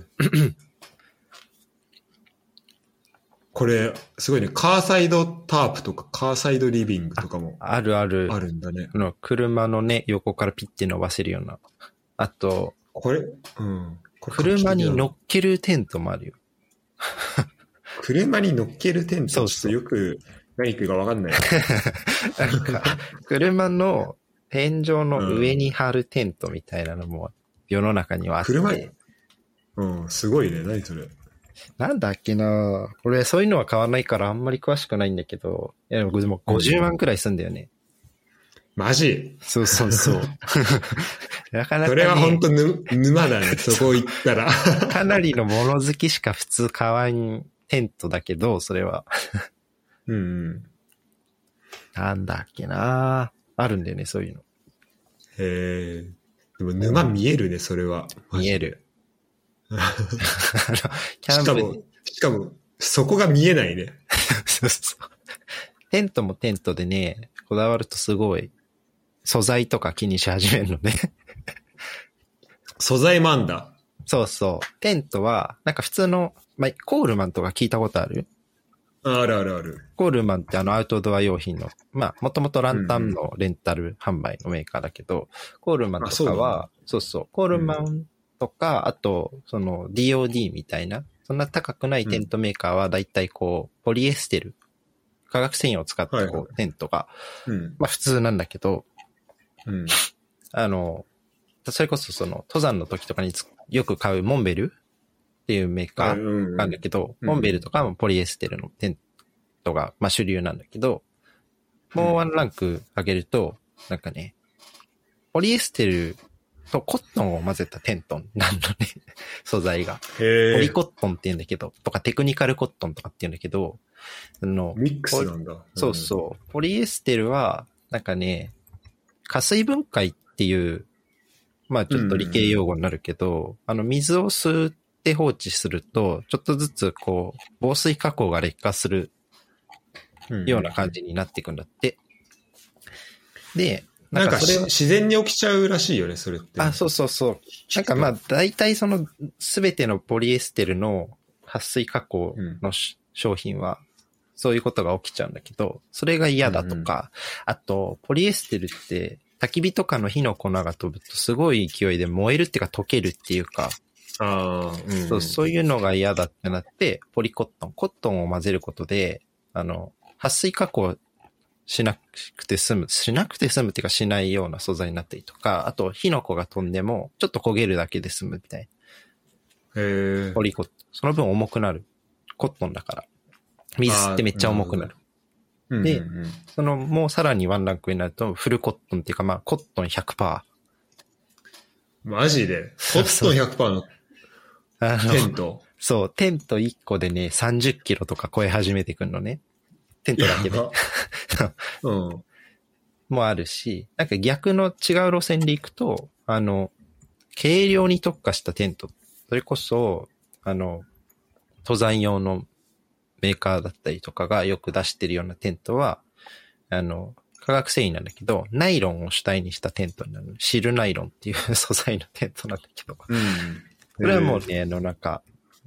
Speaker 1: これ、すごいね。カーサイドタープとか、カーサイドリビングとかも
Speaker 2: あるある、
Speaker 1: あるんだね。
Speaker 2: あの、車のね、横からピッて伸ばせるような。あと、
Speaker 1: これ、うん。これ
Speaker 2: 車に乗っけるテントもあるよ。
Speaker 1: 車に乗っけるテント。
Speaker 2: そうそう
Speaker 1: ちょっとよく何言ってるかわか んない。
Speaker 2: なん か、車の天井の上に貼るテントみたいなのも世の中にはあって。
Speaker 1: 車にうん、すごいね。何それ。
Speaker 2: なんだっけな俺、そういうのは買わないからあんまり詳しくないんだけど、いや、でもでも50万くらいすんだよね。
Speaker 1: マジ
Speaker 2: そうそうそう。 なかなか、ね、
Speaker 1: それは本当ぬ、沼だね。そこ行ったら。
Speaker 2: かなりの物好きしか普通買わんテントだけど、それは。
Speaker 1: うんうん。
Speaker 2: なんだっけなあるんだよね、そういうの。
Speaker 1: へえ。でも沼見えるね、それは。
Speaker 2: 見え
Speaker 1: る。
Speaker 2: る。あのキャ
Speaker 1: しか
Speaker 2: ンプ
Speaker 1: も、しかも、そこが見えないね。
Speaker 2: そうそう。テントもテントでね、こだわるとすごい、素材とか気にし始めるのね。
Speaker 1: 素材もあんだ。
Speaker 2: そうそう。テントは、なんか普通の、まあ、コールマンとか聞いたことある
Speaker 1: あるあるある。
Speaker 2: コールマンってあのアウトドア用品の、まあ、もともとランタンのレンタル販売のメーカーだけど、コールマン
Speaker 1: あ
Speaker 2: と
Speaker 1: そう
Speaker 2: か
Speaker 1: なん
Speaker 2: は
Speaker 1: だ、
Speaker 2: そうそうコールマンとか、あと、その DOD みたいな、そんな高くないテントメーカーはだいたいこう、ポリエステル、化学繊維を使った
Speaker 1: はいは
Speaker 2: こう、テントが、
Speaker 1: うん。
Speaker 2: まあ普通なんだけど、
Speaker 1: うん。
Speaker 2: あの、それこそその、登山の時とかにつよく買うモンベルっていうメーカー、
Speaker 1: うん
Speaker 2: なんだけど、
Speaker 1: うん
Speaker 2: モンベルとかもポリエステルのテントが、まあ、主流なんだけど、もうワンランク上げると、なんかね、ポリエステルとコットンを混ぜたテントなんだね、 素材が。ポ
Speaker 1: へ
Speaker 2: リ
Speaker 1: え。
Speaker 2: コットンって言うんだけど、とかテクニカルコットンとかって言うんだけど、あの、
Speaker 1: ミックスなんだ。
Speaker 2: そうそう。ポリエステルは、なんかね、加水分解っていう、まあちょっと理系用語になるけど、あの水を吸って放置すると、ちょっとずつこう、防水加工が劣化する
Speaker 1: うん。
Speaker 2: ような感じになっていくんだって。で、
Speaker 1: な
Speaker 2: なんん
Speaker 1: か
Speaker 2: かそれ
Speaker 1: し
Speaker 2: は、
Speaker 1: 自然に起きちゃうらしいよね、それって。
Speaker 2: あ、そうそうそう。なんかまあ、大体その、すべてのポリエステルの撥水加工のし、商品は、そういうことが起きちゃうんだけど、それが嫌だとか、あと、ポリエステルって、焚き火とかの火の粉が飛ぶとすごい勢いで燃えるっていうか溶けるっていうか、
Speaker 1: あー、うん。
Speaker 2: そうそういうのが嫌だってなって、ポリコットン、コットンを混ぜることで、あの、撥水加工しなくて済む、しなくて済むっていうかしないような素材になったりとか、あと火の粉が飛んでも、ちょっと焦げるだけで済むみたいな。
Speaker 1: へえ
Speaker 2: ポ。リコットン。その分重くなる。コットンだから。水吸ってめっちゃ重くなる。
Speaker 1: うん
Speaker 2: で
Speaker 1: うんうん
Speaker 2: その、もうさらにワンランクになると、フルコットンっていうか、まあ、コットン100%。
Speaker 1: マジで。コットン100%の
Speaker 2: あ
Speaker 1: テ
Speaker 2: の、
Speaker 1: ント。
Speaker 2: そう、テント1個でね、30キロとか超え始めてくるのね。テントだけで。
Speaker 1: やばうん。
Speaker 2: もあるし、なんか逆の違う路線で行くと、あの、軽量に特化したテント。それこそ、あの、登山用のメーカーだったりとかがよく出してるようなテントは、あの、化学繊維なんだけど、ナイロンを主体にしたテントになる。シルナイロンっていう 素材のテントなんだけど。
Speaker 1: うん。
Speaker 2: これはもうね、あの、なんか、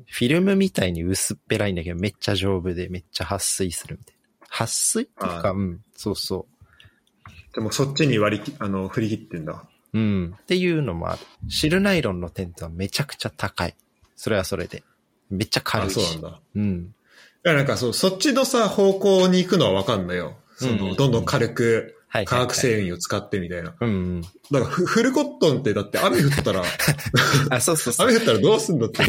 Speaker 2: フィルムみたいに薄っぺらいんだけど、めっちゃ丈夫で、めっちゃ撥水するみたいな。撥水っていうか、
Speaker 1: あ
Speaker 2: うん、そうそう。
Speaker 1: でもそっちに割りき、あの、振り切ってんだ。
Speaker 2: うん。っていうのもある。シルナイロンのテントはめちゃくちゃ高い。それはそれで。めっちゃ軽
Speaker 1: あ、
Speaker 2: いし。
Speaker 1: そうなんだ。い
Speaker 2: うん。
Speaker 1: や、なんかそう、そっちのさ、方向に行くのはわかんないよ。そ
Speaker 2: うんうんう
Speaker 1: の、
Speaker 2: ん
Speaker 1: どんどん軽く、
Speaker 2: はいはい
Speaker 1: 化
Speaker 2: はい
Speaker 1: 学繊維を使ってみたいな。
Speaker 2: うんうん。
Speaker 1: だからフ、フルコットンって、だって雨降った ら、
Speaker 2: あ、そうそうそ
Speaker 1: 雨
Speaker 2: う。
Speaker 1: 降ったらどうすんだって。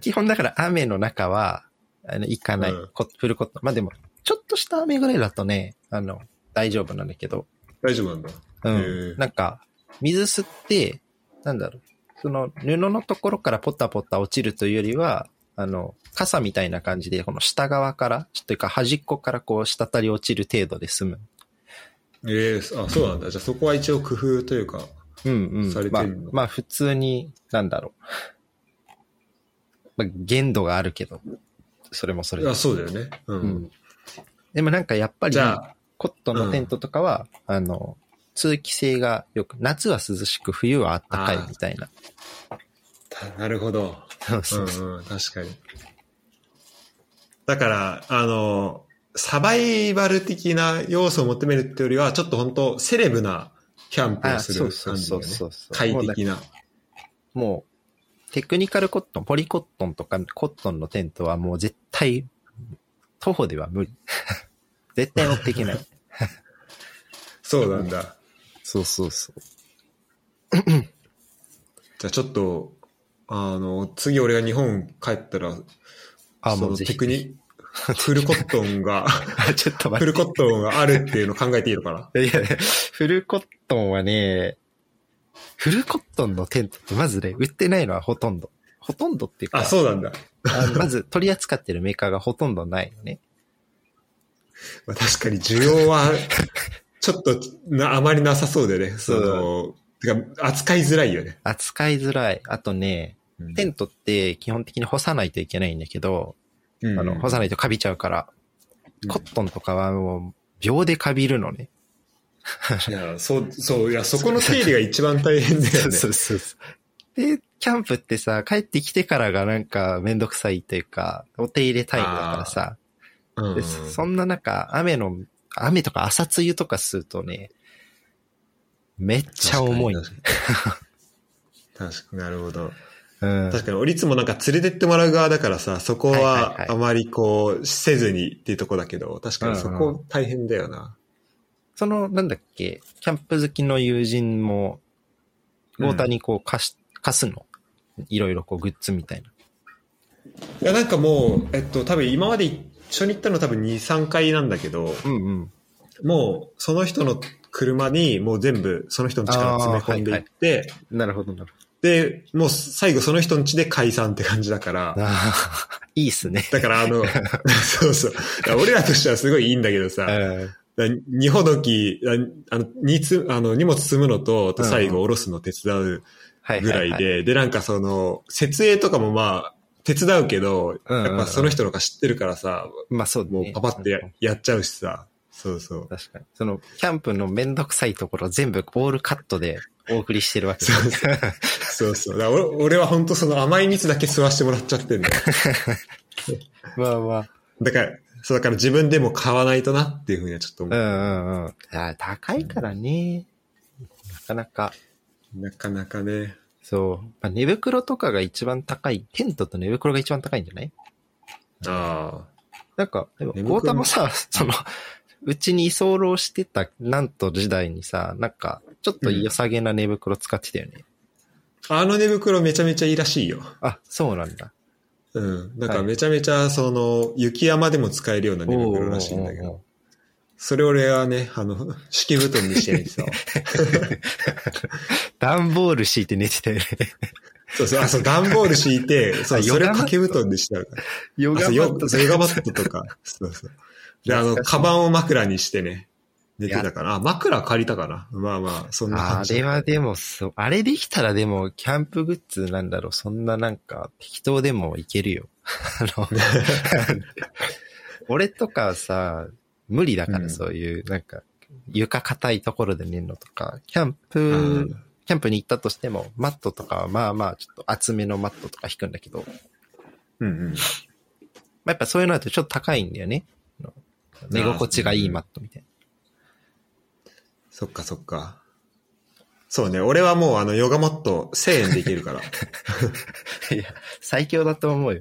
Speaker 2: 基本だから雨の中は、あの、行かない。
Speaker 1: うん
Speaker 2: こフルコットン。まあ、でも、ちょっとした雨ぐらいだとね、あの、大丈夫なんだけど。
Speaker 1: 大丈夫なんだ。
Speaker 2: う
Speaker 1: へ
Speaker 2: ん
Speaker 1: ー。
Speaker 2: なんか、水吸って、なんだろう。その、布のところからポタポタ落ちるというよりは、あの、傘みたいな感じで、この下側から、というか端っこからこう、滴り落ちる程度で済む。
Speaker 1: ええあ、そうなんだ。じゃあそこは一応工夫というか、
Speaker 2: うんうん。
Speaker 1: されて
Speaker 2: まあ
Speaker 1: るの、
Speaker 2: まあ普通に、なんだろう。まあ限度があるけど、それもそれで
Speaker 1: あ、。そうだよね。うん。
Speaker 2: うん。でもなんかやっぱり
Speaker 1: じ、ゃあ、
Speaker 2: コットンのテントとかは、あの、通気性がよく、夏は涼しく、冬は暖かいみたいな。
Speaker 1: たなるほど。
Speaker 2: そうそうそう
Speaker 1: うんうん、確かに。だから、あの、サバイバル的な要素を求めるってよりは、ちょっと本当セレブなキャンプを
Speaker 2: あ
Speaker 1: す
Speaker 2: そ
Speaker 1: る
Speaker 2: うそ
Speaker 1: 感
Speaker 2: う
Speaker 1: じ
Speaker 2: そ
Speaker 1: だよ
Speaker 2: う
Speaker 1: ね。
Speaker 2: そうそう。
Speaker 1: 快
Speaker 2: もうだ
Speaker 1: 適な。
Speaker 2: もう、テクニカルコットン、ポリコットンとかコットンのテントはもう絶対、徒歩では無理。 絶対持っていけない。
Speaker 1: そうなんだ。
Speaker 2: そうそうそう。
Speaker 1: じゃあちょっと、あの、次俺が日本帰ったら、
Speaker 2: あ、
Speaker 1: そ
Speaker 2: もう
Speaker 1: の
Speaker 2: ぜ
Speaker 1: テ
Speaker 2: ひ
Speaker 1: ク。ニ、 フルコットン が、
Speaker 2: あ、ちょっと待
Speaker 1: フ
Speaker 2: っ
Speaker 1: ルコットンがあるっていうのを考えていいのかな
Speaker 2: て。いやいや、フルコットンはね、フルコットンのテントってまずね、売ってないのはほとんど。ほとんどっていうか、
Speaker 1: あ、そうなんだ。
Speaker 2: あのまず取り扱ってるメーカーがほとんどないよね。
Speaker 1: まあ、確かに需要は、ちょっとな、あまりなさそうでね。
Speaker 2: そ
Speaker 1: そうの、てか、扱いづらいよね。
Speaker 2: 扱いづらい。あとね、テントって基本的に干さないといけないんだけど、
Speaker 1: うん
Speaker 2: あの、干さないとカビちゃうから、
Speaker 1: うん
Speaker 2: コットンとかはもう、秒でカビるのね。
Speaker 1: いや、そう、そう、いや、そこの整理が一番大変だよね。
Speaker 2: う そうそう。で、キャンプってさ、帰ってきてからがなんかめんどくさいというか、お手入れタイムだからさ、
Speaker 1: うん
Speaker 2: でそんな中、雨の、雨とか朝露とかするとね、めっちゃ重い。
Speaker 1: 確かに。確かになるほど。
Speaker 2: うん。
Speaker 1: 確かに、俺いつもなんか連れてってもらう側だからさ、そこ
Speaker 2: はいはいはい
Speaker 1: はあまりこう、せずにっていうとこだけど、確かにそ
Speaker 2: うんう
Speaker 1: こ大変だよな。
Speaker 2: その、なんだっけ、キャンプ好きの友人も、ウォーターにこう貸し、貸すの。いろいろこうグッズみたいな。
Speaker 1: いや、なんかもう、えっと、多分今まで一緒に行ったの多分2、3回なんだけど、
Speaker 2: うんうん。
Speaker 1: もう、その人の車に、もう全部、その人の力を詰め込んでいって、
Speaker 2: なるほど、なるほ
Speaker 1: で、もう最後その人の家で解散って感じだから、
Speaker 2: ああ、いいっすね。
Speaker 1: だからあ の、そうそう。だから俺らとしてはすごいいいんだけどさ、だか
Speaker 2: うん
Speaker 1: ら二ほどき、ああの、荷つ、あの、荷物積むのと、
Speaker 2: うん
Speaker 1: 最後下ろすの手伝う
Speaker 2: はい
Speaker 1: ぐらいで、
Speaker 2: はいはい
Speaker 1: で、なんかその、設営とかもまあ、手伝うけど、
Speaker 2: うんうんうん
Speaker 1: やっぱその人の方が知ってるからさ、
Speaker 2: まあそうだ
Speaker 1: も
Speaker 2: ね。
Speaker 1: うパパってややっちゃうしさ、そうそう。
Speaker 2: 確かに。その、キャンプのめんどくさいところ全部オールカットでお送りしてるわけ。
Speaker 1: そうそそうそう。だから俺俺は本当その甘い蜜だけ吸わしてもらっちゃってんだよ。
Speaker 2: まあまあ。
Speaker 1: だから、そうだから自分でも買わないとなっていうふうにはちょっと
Speaker 2: う
Speaker 1: 思う。
Speaker 2: んうんうん。あー高いからね。なかなか。
Speaker 1: なかなかね。
Speaker 2: そう。まあ、寝袋とかが一番高い。テントと寝袋が一番高いんじゃない
Speaker 1: ああ。
Speaker 2: なんか、でも、
Speaker 1: 寝
Speaker 2: ゴ
Speaker 1: 袋
Speaker 2: ータもさ、その、うちに居候してた、なんと時代にさ、なんか、ちょっと良さげな寝袋使ってたよね。
Speaker 1: あの寝袋めちゃめちゃいいらしいよ。
Speaker 2: あ、そうなんだ。
Speaker 1: うん。なんかめちゃめちゃ、その、雪山でも使えるような寝袋らしいんだけ
Speaker 2: おー
Speaker 1: ど、それ俺はね、あの、敷布団にしてるんです よ。
Speaker 2: 段ボール敷いて寝てたよね。
Speaker 1: そうそう、あ、そう、段ボール敷いて、そう、
Speaker 2: あ
Speaker 1: そ
Speaker 2: ヨ
Speaker 1: れを
Speaker 2: ガマ
Speaker 1: 掛
Speaker 2: ット
Speaker 1: け布団にしちゃうから。
Speaker 2: ヨ
Speaker 1: あ
Speaker 2: ガ
Speaker 1: そう
Speaker 2: マ
Speaker 1: ヨ
Speaker 2: ット
Speaker 1: そうヨガマットと か。そうそう。で、あの、
Speaker 2: 懐かしい
Speaker 1: カバンを枕にしてね、寝てたかな。あ枕借りたかな。まあまあ、そんな
Speaker 2: あ
Speaker 1: 感じ。
Speaker 2: れはでもそう、あれできたらでも、キャンプグッズなんだろう、そんななんか、適当でもいけるよ。 あ の、俺とかさ、無理だか
Speaker 1: うん
Speaker 2: らそういう、なんか、床硬いところで寝るのとか、キャン
Speaker 1: う
Speaker 2: プ
Speaker 1: ん、
Speaker 2: キャンプに行ったとしても、マットとかはまあまあ、ちょっと厚めのマットとか引くんだけど、ま
Speaker 1: うんうん。
Speaker 2: あ、やっぱそういうのだとちょっと高いんだよね。あの寝心地がいいマットみたいな。
Speaker 1: そっかそっか。そうね、俺はもうあの、ヨガマット1000円でいけるから。
Speaker 2: いや、最強だと思うよ。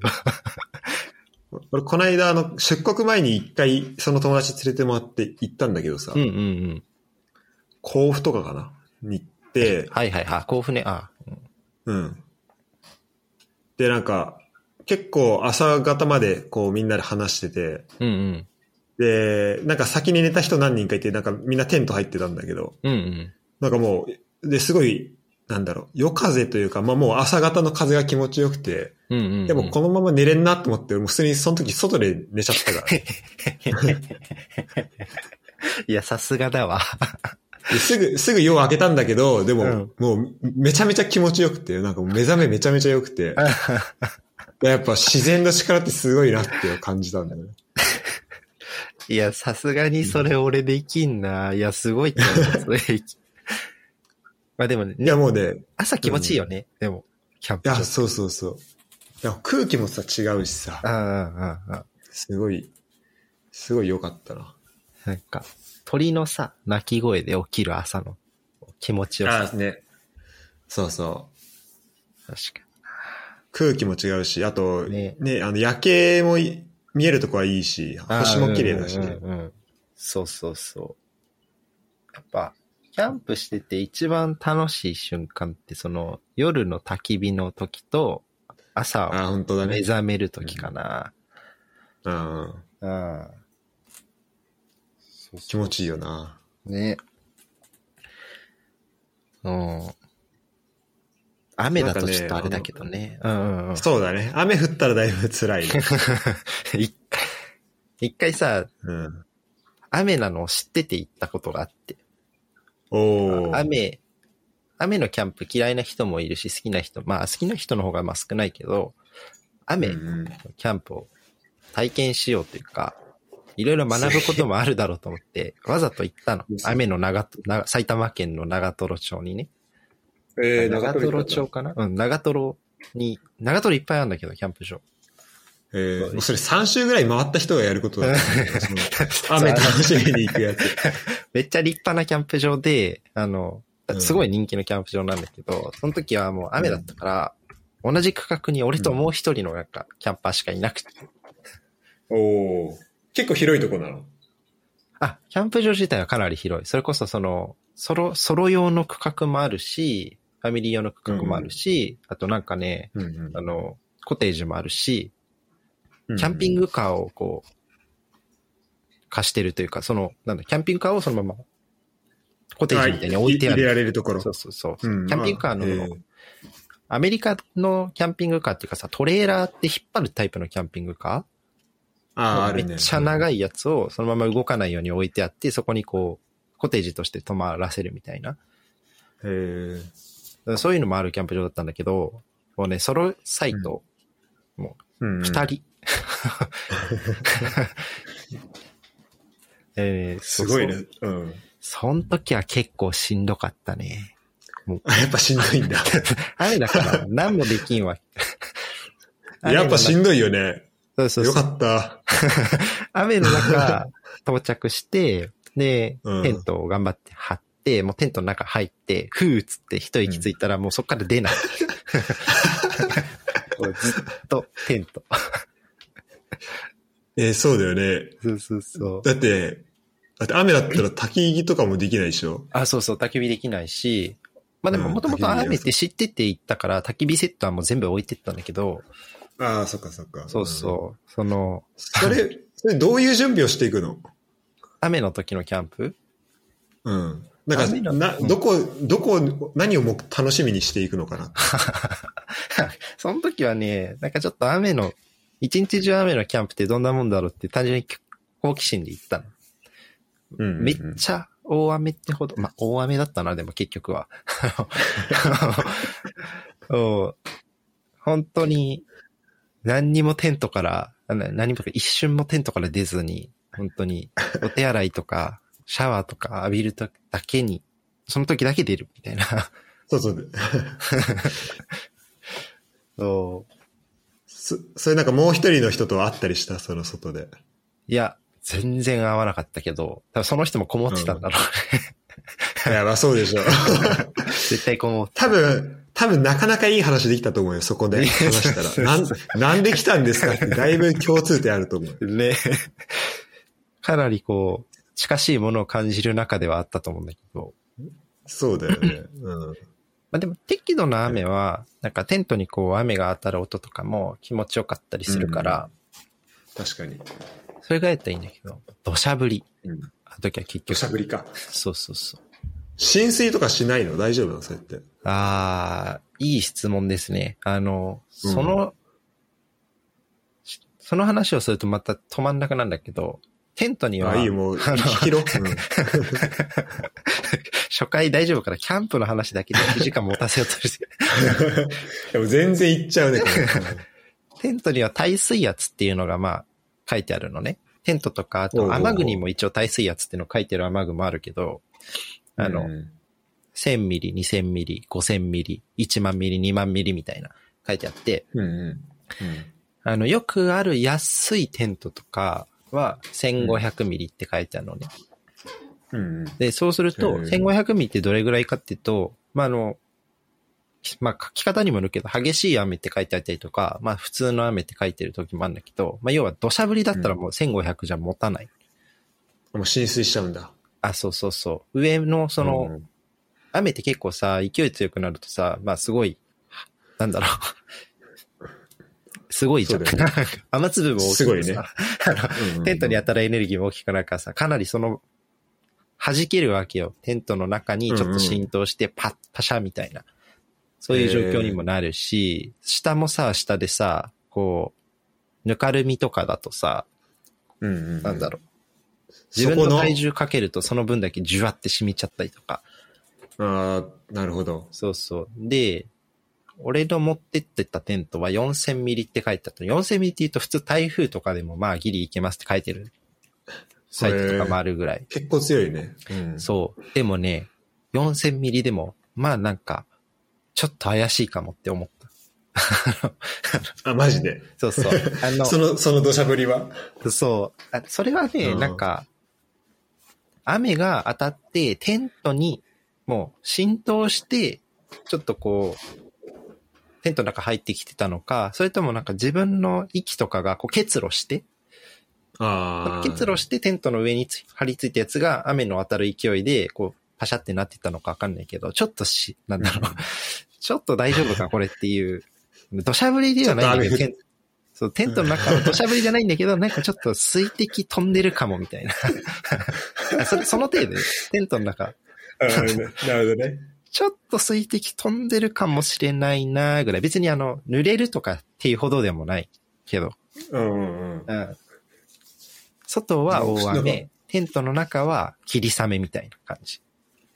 Speaker 1: 俺、この間、あの、出国前に一回、その友達連れてもらって行ったんだけどさ、
Speaker 2: うんうんうん。
Speaker 1: 甲府とかかなに行って、
Speaker 2: はいはいはい。甲府ね、あ、うん
Speaker 1: うん。で、なんか、結構朝方まで、こう、みんなで話してて、
Speaker 2: うんうん。
Speaker 1: で、なんか先に寝た人何人かいて、なんかみんなテント入ってたんだけど、
Speaker 2: うんうん。
Speaker 1: なんかもう、で、すごい、なんだろう、夜風というか、まあもう朝方の風が気持ちよくて、
Speaker 2: うんうんうん
Speaker 1: でもこのまま寝れんなと思って、もう普通にその時外で寝ちゃっ たから。
Speaker 2: いや、さすが だわ。
Speaker 1: ですぐ、すぐ夜明けたんだけど、でも、
Speaker 2: うん
Speaker 1: もう、めちゃめちゃ気持ちよくて、なんかもう目覚めめちゃめちゃ良くて、やっぱ自然の力ってすごいなって感じたんだよね。
Speaker 2: いや、さすがにそれ俺できんな。いや、すごいと思うそれでき まあでもね、
Speaker 1: いや、もうね、
Speaker 2: 朝気持ちいいよね。でも、キャン
Speaker 1: い
Speaker 2: プ
Speaker 1: や、
Speaker 2: 場。
Speaker 1: そうそうそう。いや空気もさ、違うしさ
Speaker 2: あ、あ、ああ、
Speaker 1: すごい、すごい良かったな。
Speaker 2: なんか、鳥のさ、鳴き声で起きる朝の気持ちよさ。
Speaker 1: あね。そうそう。
Speaker 2: 確か
Speaker 1: 空気も違うし、あと、ね
Speaker 2: ね、
Speaker 1: あの、夜景もい見えるとこはいいし、
Speaker 2: に。
Speaker 1: 星も綺麗だしね。
Speaker 2: うんうんうんうんそうそうそう。やっぱ、キャンプしてて一番楽しい瞬間って、その、夜の焚き火の時と、朝
Speaker 1: あ、本当だ
Speaker 2: 目
Speaker 1: ね。
Speaker 2: 覚める時かな。
Speaker 1: うん。
Speaker 2: うん。そう
Speaker 1: 気持ちいいよな。
Speaker 2: ね。うん。雨だとちょっとあれだけどね。うんうんうん。
Speaker 1: そうだね。雨降ったらだいぶ辛いね。
Speaker 2: 一回、一回さ、
Speaker 1: うん。
Speaker 2: 雨なのを知ってて行ったことがあって。
Speaker 1: おー。
Speaker 2: 雨、雨のキャンプ嫌いな人もいるし、好きな人、まあ好きな人の方がまあ少ないけど、雨
Speaker 1: うんうん
Speaker 2: キャンプを体験しようというか、いろいろ学ぶこともあるだろうと思って、わざと行ったの。雨の長と、な埼玉県の長瀞町にね。
Speaker 1: えー、
Speaker 2: 長瀞町。かなうん、長瀞に、長瀞いっぱいあるんだけど、キャンプ場。
Speaker 1: えー、もうそれ3週ぐらい回った人がやることだ、ね、その 雨楽しみに行くやつ。
Speaker 2: めっちゃ立派なキャンプ場で、あの
Speaker 1: う、ん
Speaker 2: すごい人気のキャンプ場なんだけど、その時はもう雨だったから、同じ区画に俺ともう一人のなんか、キャンパーしかいなくて、
Speaker 1: おー。結構広いとこなの
Speaker 2: あ、キャンプ場自体はかなり広い。それこそその、ソロ、ソロ用の区画もあるし、ファミリー用の区画もあるし、あとなんかね、
Speaker 1: うんうん
Speaker 2: あの、コテージもあるし、
Speaker 1: うん。
Speaker 2: キャンピン
Speaker 1: グ。
Speaker 2: グカーをこう、貸してるというか、その、なんだ、キャンピングカーをそのまま、コテージみたいに置いてあ
Speaker 1: 入
Speaker 2: る
Speaker 1: れ。られるところ。
Speaker 2: そうそうそう。
Speaker 1: うん
Speaker 2: キャンピングカーの、
Speaker 1: あえー
Speaker 2: アメリカのキャンピングカーっていうかさ、トレーラーって引っ張るタイプのキャンピングカー
Speaker 1: ああ、あるね。
Speaker 2: めっちゃ長いやつをそのまま動かないように置いてあって、そこにこう、コテージとして泊まらせるみたいな。
Speaker 1: へー
Speaker 2: そういうのもあるキャンプ場だったんだけど、もうね、ソロサイト、
Speaker 1: うんうん。
Speaker 2: 二人。 えー
Speaker 1: すごいね
Speaker 2: そ
Speaker 1: う
Speaker 2: う。
Speaker 1: ん。
Speaker 2: その時は結構しんどかったね。
Speaker 1: あやっぱしんどい んだ。
Speaker 2: 雨だから何もできんわ。
Speaker 1: やっぱし
Speaker 2: ん
Speaker 1: んどいよね。
Speaker 2: そうそう
Speaker 1: よ
Speaker 2: そう
Speaker 1: かった。
Speaker 2: 雨の中、到着して、で、
Speaker 1: うん
Speaker 2: テントを頑張って張って、もうテントの中入って、ふーっつって一息ついたら、もうそっから出ない。もうずっとテント。
Speaker 1: えー、そうだよね。
Speaker 2: そうそうそう。
Speaker 1: だって、だって雨だったら焚き火とかもできないでしょ
Speaker 2: あ、そうそう、焚き火できないし、まあでも
Speaker 1: うん
Speaker 2: もともと
Speaker 1: 焚き火
Speaker 2: 雨って知ってて行ったから、焚き火セットはもう全部置いてったんだけど、
Speaker 1: ああ、そっかそっか。
Speaker 2: そう
Speaker 1: うん。
Speaker 2: そう。その、
Speaker 1: それ、それどういう準備をしていくの
Speaker 2: 雨の時のキャンプ
Speaker 1: うん。なんか、な、
Speaker 2: うん
Speaker 1: どこ、どこ、何をも楽しみにしていくのかな。
Speaker 2: その時はね、なんかちょっと雨の、一日中雨のキャンプってどんなもんだろうって単純に好奇心で行ったの。
Speaker 1: うんうんうん
Speaker 2: めっちゃ大雨ってほど、まあ大雨だったな、でも結局は。 そう本当に何にもテントから、あな何もとか一瞬もテントから出ずに、本当にお手洗い とかシャワーとか浴びるとだけに、その時だけ出るみたいな。
Speaker 1: そうそう。
Speaker 2: そう
Speaker 1: そ、それなんかもう一人の人と会ったりした、その外 で。
Speaker 2: いや、全然合わなかったけど、多分その人もこもってたんだろうね。
Speaker 1: いや、まあそうでしょう。
Speaker 2: 絶対こもって
Speaker 1: 多分、多分なかなかいい話できたと思うよ、そこで話したら。なん、なんで来たんですかって、だいぶ共通点あると思う。
Speaker 2: ね。 かなりこう、近しいものを感じる中ではあったと思うんだけど。
Speaker 1: そうだよね。うん。
Speaker 2: まあでも適度な雨は、なんかテントにこう雨が当たる音とかも気持ちよかったりするから、
Speaker 1: 確かに。
Speaker 2: それがやったらいいんだけど、土砂降り。
Speaker 1: うん。
Speaker 2: あの時は結
Speaker 1: 土
Speaker 2: 局。
Speaker 1: 砂降りか。
Speaker 2: そうそうそう。
Speaker 1: 浸水とかしないの大丈夫なのそうやって。
Speaker 2: ああ、いい質問ですね。あの、その、しその話をするとまた止まんなくなるんだけど、テントには、
Speaker 1: あ、いいよ、もう、
Speaker 2: あの
Speaker 1: 聞 きろ。うん
Speaker 2: 初回大丈夫からキャンプの話だけで9時間持たせようとしてる。
Speaker 1: でも全然いっちゃうね、これ
Speaker 2: テントには耐水圧っていうのがまあ書いてあるのね。テントとか、あ
Speaker 1: おうおう
Speaker 2: と
Speaker 1: おう
Speaker 2: 雨具にも一応耐水圧っていうの書いてる雨具もあるけど、 あ
Speaker 1: う
Speaker 2: の、
Speaker 1: ん
Speaker 2: 1000ミリ、2000ミリ、5000ミリ、1万ミリ、2万ミリみたいな書いてあって、
Speaker 1: うんうん。
Speaker 2: あの、よくある安いテントとかは1500ミリって書いてあるのね。
Speaker 1: うんうん。
Speaker 2: で、そうする
Speaker 1: へ
Speaker 2: と、
Speaker 1: ー
Speaker 2: 1500ミリってどれぐらいかっていうと、まあ、あの、きまあ、書き方にもよるけど、激しい雨って書いてあったりとか、まあ、普通の雨って書いてる時もあるんだけど、まあ、要は土砂降りだったらもう1500じゃ持たない。
Speaker 1: もう浸水しちゃうんだ。
Speaker 2: あ、そうそうそう。上の、その、
Speaker 1: うん、
Speaker 2: 雨って結構さ、勢い強くなるとさ、まあ、すごい、なんだろう。 すごいじゃん。
Speaker 1: そうだよ
Speaker 2: 雨粒も大きい
Speaker 1: すごい
Speaker 2: し
Speaker 1: ね
Speaker 2: さあのテントに当
Speaker 1: った
Speaker 2: るエネルギーも大きくなるからさ、かなりその、弾けるわけよ。テントの中にちょっと浸透して、パッ、パシャみたいな。そういう状況にもなるし、下もさ、下でさ、こう、ぬかるみとかだとさ、
Speaker 1: うんうん。
Speaker 2: なんだろう。
Speaker 1: そ
Speaker 2: 自
Speaker 1: こ
Speaker 2: 分の
Speaker 1: の
Speaker 2: 体重かけるとその分だけジュワって染みちゃったりとか。
Speaker 1: ああ、なるほど。
Speaker 2: そうそう。で、俺の持ってってたテントは4000ミリって書いてあった。4000ミリって言うと普通台風とかでもまあギリいけますって書いてる。サイトとかもあるぐらい。
Speaker 1: 結構強いね。うん。
Speaker 2: そう。でもね、4000ミリでも、まあなんか、ちょっと怪しいかもって思った。
Speaker 1: あ、マジで。
Speaker 2: そう そう。あの、
Speaker 1: その、その土砂降りは
Speaker 2: そう。あそれはね、
Speaker 1: うん
Speaker 2: なんか、雨が当たって、テントに、もう浸透して、ちょっとこう、テントの中入ってきてたのか、それともなんか自分の息とかがこう結露して、
Speaker 1: ああ。
Speaker 2: 結露してテントの上につ張り付いたやつが雨の当たる勢いで、こう、パシャってなってたのかわかんないけど、ちょっとし、なんだろう。ちょっと大丈夫か、これっていう。土砂降りではないんだけど、
Speaker 1: ちょ
Speaker 2: テンそう、テントの中は土砂降りじゃないんだ けど、なんかちょっと水滴飛んでるかも、みたい な。それその程度よテントの中、
Speaker 1: うんなるほどね。
Speaker 2: ちょっと水滴飛んでるかもしれないなぐらい。別にあの、濡れるとかっていうほどでもないけど。
Speaker 1: うんうんうん。
Speaker 2: うん。外は大雨、テントの中は霧雨みたいな感じ。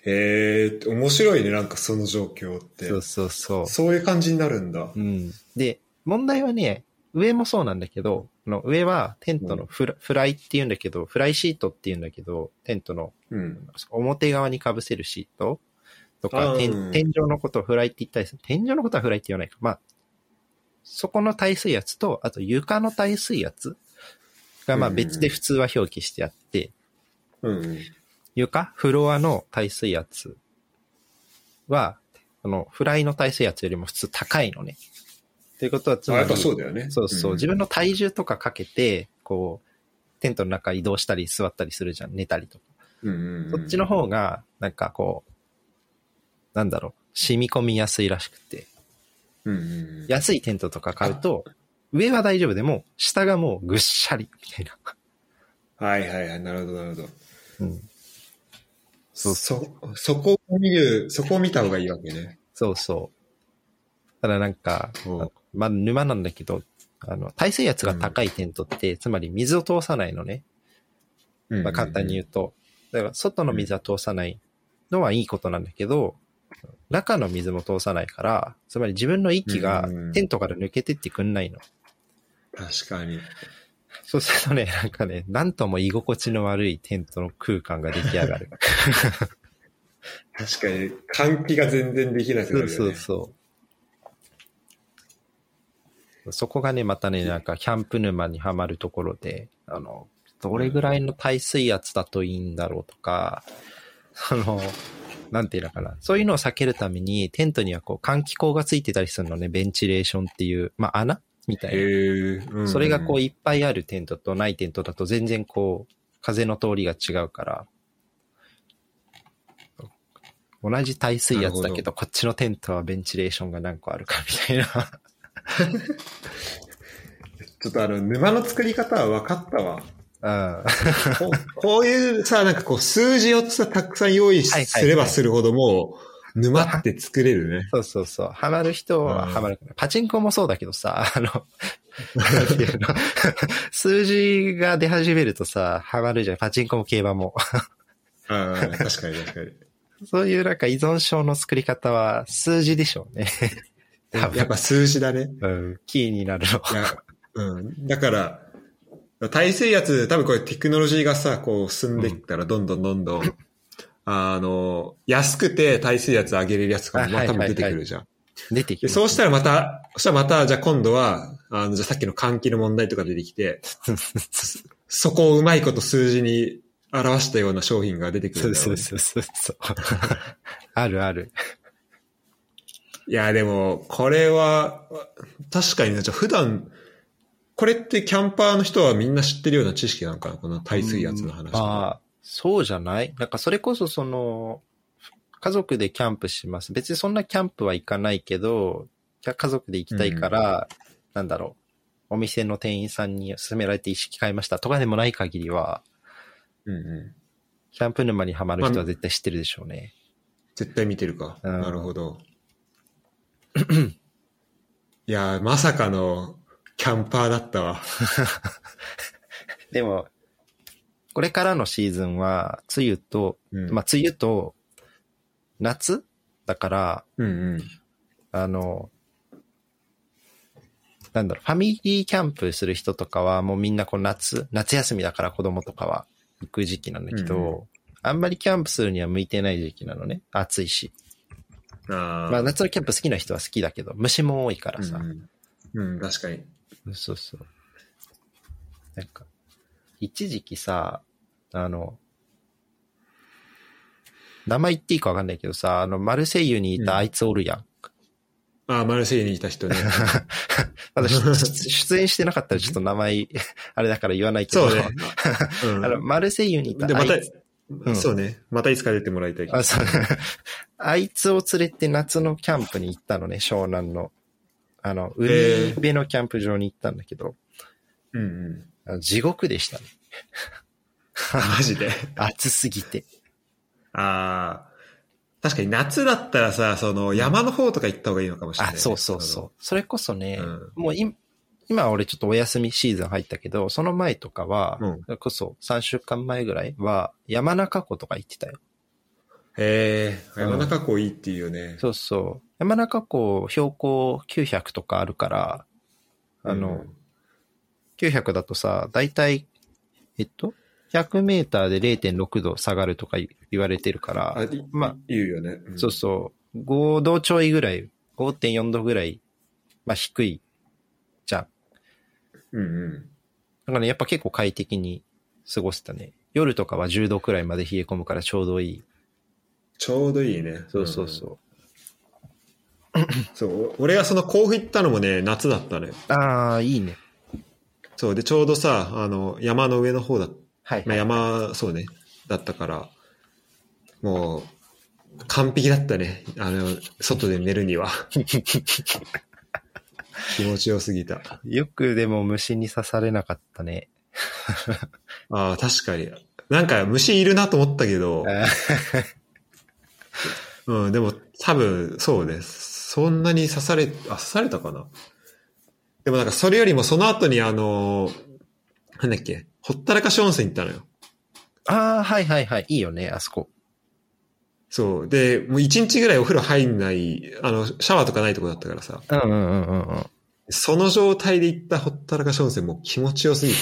Speaker 1: へえ、面白いね、なんかその状況って。
Speaker 2: そうそうそう。
Speaker 1: そういう感じになるんだ。
Speaker 2: うん。で、問題はね、上もそうなんだけど、あの上はテントのフラ,、フライっていうんだけど、フライシートっていうんだけど、テントの
Speaker 1: うん。
Speaker 2: 表側に被せるシートとか、
Speaker 1: あー
Speaker 2: 天
Speaker 1: うん
Speaker 2: 天井のことをフライって言ったりする。天井のことはフライって言わないか。まあ、そこの耐水圧と、あと床の耐水圧がまあ
Speaker 1: うんうんうん
Speaker 2: 別で普通は表記してあって、
Speaker 1: うんうん。
Speaker 2: 床、フロアの耐水圧は、あの、フライの耐水圧よりも普通高いのね。ということは、つ
Speaker 1: あ、
Speaker 2: ま
Speaker 1: や
Speaker 2: り
Speaker 1: っぱ、そうだよね。
Speaker 2: そうそう、
Speaker 1: ん
Speaker 2: 自分の体重とかかけて、こう、テントの中移動したり座ったりするじゃん、寝たりとか。
Speaker 1: うんうん
Speaker 2: そっちの方が、なんかこう、なんだろう、染み込みやすいらしくて。
Speaker 1: うんうんうん。
Speaker 2: 安いテントとか買うと、上は大丈夫でも、下がもうぐっしゃり、みたいな。
Speaker 1: はいはいはい、なるほど、なるほど。
Speaker 2: うん。
Speaker 1: そ、そこを見る、そこを見た方がいいわけね。
Speaker 2: そうそう。ただなんか、
Speaker 1: おう
Speaker 2: あのまあ沼なんだけど、あの、耐水圧が高いテントって、つまり水を通さないのね。
Speaker 1: うん
Speaker 2: まあ、簡単に言うと。だから、外の水は通さないのはいいことなんだけど、中の水も通さないから、つまり自分の息が
Speaker 1: うん
Speaker 2: テントから抜けてってくんないの。
Speaker 1: 確かに。
Speaker 2: そうするとね、なんかね、なんとも居心地の悪いテントの空間が出来上がる。
Speaker 1: 確かに、換気が全然できなく
Speaker 2: そ
Speaker 1: な
Speaker 2: う
Speaker 1: るよ、ね。
Speaker 2: そうそう。そこがね、またね、なんか、キャンプ沼にはまるところで、あの、どれぐらいの耐水圧だといいんだろうとか、その、なんていうのかな。そういうのを避けるために、テントにはこう、換気口がついてたりするのね、ベンチレーションっていう、まあ、穴みたいな。
Speaker 1: へえ、うん
Speaker 2: それがこう、いっぱいあるテントとないテントだと全然こう、風の通りが違うから、同じ耐水圧だ
Speaker 1: なるほ
Speaker 2: けど、こっちのテントはベンチレーションが何個あるかみたいな。
Speaker 1: ちょっとあの、沼の作り方は分かったわ。
Speaker 2: うん。
Speaker 1: こうこういうさ、なんかこう、数字をさたくさん用意
Speaker 2: はいはいはい
Speaker 1: すればするほどもう、沼って作れる ね。
Speaker 2: そうそうそう。ハマる人はハマるから。パチンコもそうだけどさ、あの、なんていうの数字が出始めるとさ、ハマるじゃん。パチンコも競馬も。
Speaker 1: ああ、確かに確かに。
Speaker 2: そういうなんか依存症の作り方は数字でしょうね。多分
Speaker 1: やっぱ数字だね。
Speaker 2: うん。キーになるの。
Speaker 1: いや、うん。だから、耐水圧、多分これテクノロジーがさ、こう進んでいったら、どんどんどんどん、あの、安くて耐水圧上げれるやつとかもま
Speaker 2: あ
Speaker 1: あ
Speaker 2: は
Speaker 1: 多
Speaker 2: い
Speaker 1: 分
Speaker 2: はいはい
Speaker 1: 出てくるじゃん。
Speaker 2: 出てき
Speaker 1: で、
Speaker 2: ます
Speaker 1: そうしたらまた、そしたらまた、じゃあ今度は、あの、じゃあさっきの換気の問題とか出てきて、そこをうまいこと数字に表したような商品が出てく
Speaker 2: そ
Speaker 1: るん
Speaker 2: う
Speaker 1: だろ
Speaker 2: そうう
Speaker 1: ね。
Speaker 2: そうそうそう。 あるある。
Speaker 1: いや、でも、これは、確かにね、じゃあ普段、これってキャンパーの人はみんな知ってるような知識なんかなこの耐水圧の話。
Speaker 2: ああ、そうじゃないなんかそれこそその、家族でキャンプします。別にそんなキャンプは行かないけど、きゃ家族で行きたいから、なんだろう。お店の店員さんに勧められて意識買いましたとかでもない限りは、
Speaker 1: うんうん。
Speaker 2: キャンプ沼にはまる人は絶対知ってるでしょうね。
Speaker 1: 絶対見てるか。
Speaker 2: うん
Speaker 1: なるほど。 いやー、まさかのキャンパーだったわ。
Speaker 2: でも、これからのシーズンは、梅雨と、
Speaker 1: うん、
Speaker 2: まあ、梅雨と、夏だから、
Speaker 1: うんうん。
Speaker 2: あの、なんだろう、ファミリーキャンプする人とかは、もうみんなこう夏、夏休みだから子供とかは行く時期なんだけど、
Speaker 1: うんう
Speaker 2: あんまりキャンプするには向いてない時期なのね。暑いし。
Speaker 1: あー
Speaker 2: まあ夏のキャンプ好きな人は好きだけど、虫も多いからさ。
Speaker 1: うんうん、うん、確かに。
Speaker 2: そうそう。なんか、一時期さ、あの、名前言っていいかわかんないけどさ、あの、マルセイユにいたあいつおるやん。
Speaker 1: ああ、マルセイユにいた 人ね。
Speaker 2: ただ、出出演してなかったらちょっと名前、 あれだから言わないけど。
Speaker 1: そうね。う
Speaker 2: あ
Speaker 1: ん
Speaker 2: の、マルセイユにいた
Speaker 1: で、また
Speaker 2: あいつ、ん
Speaker 1: そうね。またいつか出てもらいたいけど。
Speaker 2: あ、そう。 あいつを連れて夏のキャンプに行ったのね、湘南の。あの、海
Speaker 1: へー
Speaker 2: 辺のキャンプ場に行ったんだけど、
Speaker 1: うんうん。
Speaker 2: あの地獄でしたね。
Speaker 1: マジで。
Speaker 2: 暑すぎて。
Speaker 1: ああ。確かに夏だったらさ、その山の方とか行った方がいいのかもしれない
Speaker 2: あ、
Speaker 1: ね、
Speaker 2: そうそうそう。それこそね、
Speaker 1: うん
Speaker 2: もう今、今俺ちょっとお休みシーズン入ったけど、その前とかは、
Speaker 1: うん
Speaker 2: それこそ3週間前ぐらいは、山中湖とか行ってたよ。
Speaker 1: へえ、山中湖いいっていうよね。
Speaker 2: そうそう。山中湖、標高900とかあるから、あの、900だとさ、だいたい、えっと、100メーターで0.6度下がるとか言言われてるか
Speaker 1: あ、
Speaker 2: ら、
Speaker 1: い
Speaker 2: まあ、
Speaker 1: 言うよね。ん
Speaker 2: そうそう、5度ちょいぐらい、5.4度ぐらい、まあ低いじゃん。
Speaker 1: うんうん。
Speaker 2: だからね、やっぱ結構快適に過ごせたね。夜とかは10度くらいまで冷え込むからちょうどいい。
Speaker 1: ちょうどいいね。
Speaker 2: そうそうそう。
Speaker 1: うん。そう、俺がその甲府行ったのもね、夏だったね。
Speaker 2: ああ、いいね。
Speaker 1: そう、で、ちょうどさ、あの、山の上の方だ、
Speaker 2: はい、
Speaker 1: まあ、山、そうね、だったから、もう、完璧だったね。あの、外で寝るには。気持ちよすぎた。
Speaker 2: よくでも虫に刺されなかったね。
Speaker 1: ああ、確かに。なんか虫いるなと思ったけど、
Speaker 2: あ
Speaker 1: うん、でも多分そうです。そんなに刺され、あ、刺されたかなでもなんかそれよりもその後にあの、なんだっけ、ほったらかし温泉行ったのよ。
Speaker 2: あー、はいはいはい。いいよね、あそこ。
Speaker 1: そう。で、もう一日ぐらいお風呂入んない、あの、シャワーとかないとこだったからさ、
Speaker 2: うんうんうんうんうん。
Speaker 1: その状態で行ったほったらかし温泉もう気持ちよすぎ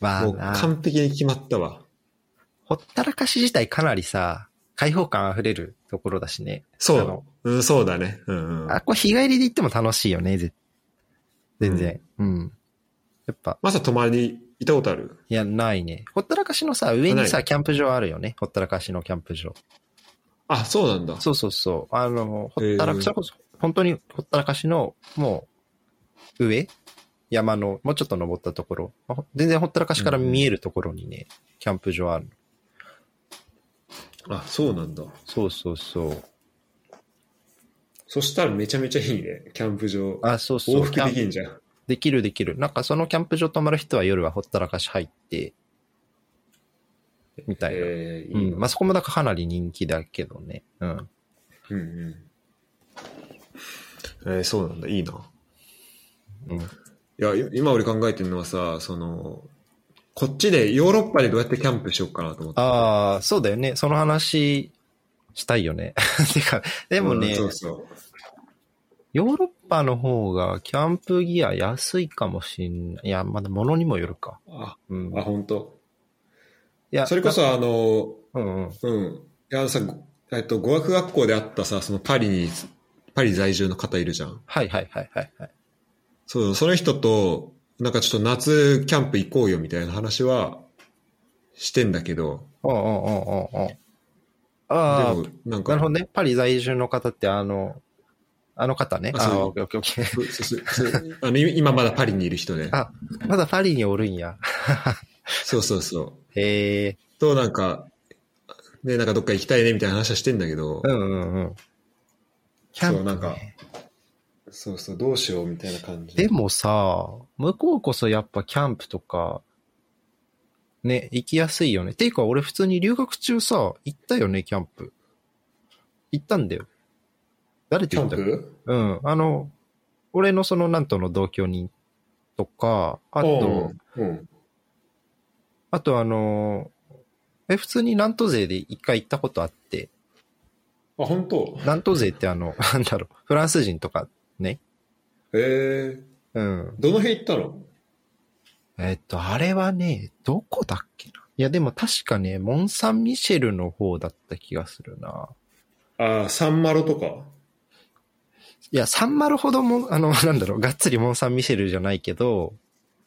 Speaker 2: ま
Speaker 1: た。
Speaker 2: あ
Speaker 1: もう
Speaker 2: な
Speaker 1: 完璧に決まったわ。
Speaker 2: ほったらかし自体かなりさ、開放感溢れるところだしね。あ
Speaker 1: そ
Speaker 2: の
Speaker 1: う。うん、そうだね。うん、うん。
Speaker 2: あ、これ日帰りで行っても楽しいよね、ぜ全然。うん。やっぱ、
Speaker 1: まさ泊まり行ったことある
Speaker 2: いや、ないね。ほったらかしのさ、上に
Speaker 1: な
Speaker 2: さ、
Speaker 1: い
Speaker 2: キャンプ場あるよね。ほったらかしのキャンプ場。
Speaker 1: あ、そうなんだ。
Speaker 2: そうそうそう。あの、ほったら
Speaker 1: へー
Speaker 2: かし、それこそ本当にほったらかしの、もう、上山の、もうちょっと登ったところ。あほ全然ほったらかしから見えるところにね、キャンプ場あるの。
Speaker 1: あ、そうなんだ。
Speaker 2: そうそうそう。
Speaker 1: そしたらめちゃめちゃいいね。キャンプ場。
Speaker 2: あ、そうそう。
Speaker 1: 往復できんじゃん。
Speaker 2: できるできる。なんかそのキャンプ場泊まる人は夜はほったらかし入って、みたいな。
Speaker 1: えー
Speaker 2: う
Speaker 1: いい
Speaker 2: ん。まあ、そこもなんかかなり人気だけどね。うん。
Speaker 1: うんうん。えーそうなんだ。いいな。
Speaker 2: うん、
Speaker 1: いや、い今俺考えてるのはさ、その、こっちでヨーロッパでどうやってキャンプしようかなと思って。
Speaker 2: ああ、そうだよね。その話したいよね。 てか、でも
Speaker 1: う
Speaker 2: ね
Speaker 1: ん、そうそう。
Speaker 2: ヨーロッパの方がキャンプギア安いかもしんない。いや、まだ物にもよるか。
Speaker 1: あ、
Speaker 2: うん。
Speaker 1: あ
Speaker 2: い
Speaker 1: 本当。
Speaker 2: や、
Speaker 1: それこそあの、
Speaker 2: な、うんうん。
Speaker 1: うん。いや、さ、えっと、語学学校であったさ、そのパリに、パリ在住の方いるじゃん。
Speaker 2: はいはいはいはいはい。
Speaker 1: そう、その人と、なんかちょっと夏キャンプ行こうよみたいな話はしてんだけど、
Speaker 2: おうおうおうおうおう
Speaker 1: で
Speaker 2: ああ、
Speaker 1: もなん
Speaker 2: な
Speaker 1: か、
Speaker 2: るほどね。パリ在住の方って、あの、あの方ね。
Speaker 1: あそう
Speaker 2: あ、オッケーオッケーオッケ
Speaker 1: そうそうそうあのい今まだパリにいる人ね
Speaker 2: あ。ー。 まだパリにおるんや。
Speaker 1: そうそうそ
Speaker 2: へえ。
Speaker 1: う。と、なんか、ね、なんかどっか行きたいねみたいな話はしてんだけど
Speaker 2: う、んうんうん。キャンプ、
Speaker 1: そう
Speaker 2: ね。
Speaker 1: なんかそうそう、どうしようみたいな感じ
Speaker 2: で、もさ、向こうこそやっぱキャンプとか、ね、行きやすいよね。ていうか俺普通に留学中さ、行ったよね、キャンプ。行ったんだよ。誰
Speaker 1: キ
Speaker 2: と
Speaker 1: ャ
Speaker 2: 行
Speaker 1: ン
Speaker 2: ったっけ
Speaker 1: プ
Speaker 2: うん。あの、俺のそのなんとの同居人とか、あと、
Speaker 1: うんうん。
Speaker 2: あとあの、え、普通に南東勢で一回行ったことあって、
Speaker 1: あ、本当
Speaker 2: 南東勢ってあの、 なんだろう、フランス人とか、
Speaker 1: えー、
Speaker 2: うん。
Speaker 1: どの辺行ったの
Speaker 2: えっと、あれはね、どこだっけないや、でも確かね、モン・サン・ミシェルの方だった気がするな。
Speaker 1: あ、サンマロとか。
Speaker 2: いや、サンマルほども、あの、なんだろう、がっつりモン・サン・ミシェルじゃないけど、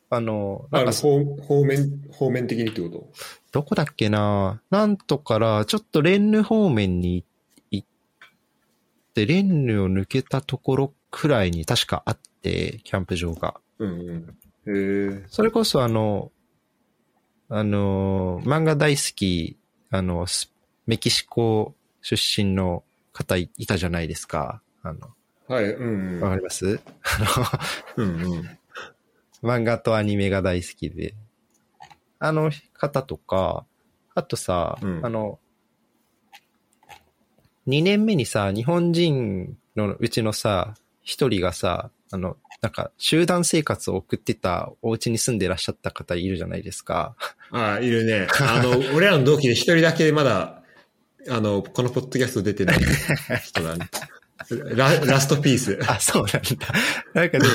Speaker 2: あの、なん
Speaker 1: あ
Speaker 2: か
Speaker 1: の、、方方面、方面的にってこと
Speaker 2: どこだっけななんとから、ちょっとレンヌ方面に行って、レンヌを抜けたところくらいに確かあって、キャンプ場が。
Speaker 1: うんうん。へえ。
Speaker 2: それこそあの、あの、漫画大好き、あの、スメキシコ出身の方いいたじゃないですか。あの、
Speaker 1: はい、うん、う
Speaker 2: わ
Speaker 1: ん。
Speaker 2: かりますあ
Speaker 1: うんうん。
Speaker 2: の、漫画とアニメが大好きで。あの方とか、あとさ、
Speaker 1: うん
Speaker 2: あの、2年目にさ、日本人のうちのさ、一人がさ、あの、なんか、集団生活を送ってたお家に住んでらっしゃった方いるじゃないですか。
Speaker 1: ああ、いるね。あの、 俺らの同期で一人だけまだ、あの、このポッドキャスト出てない人だね。ララストピース。
Speaker 2: あ、そうなんだ。なんかで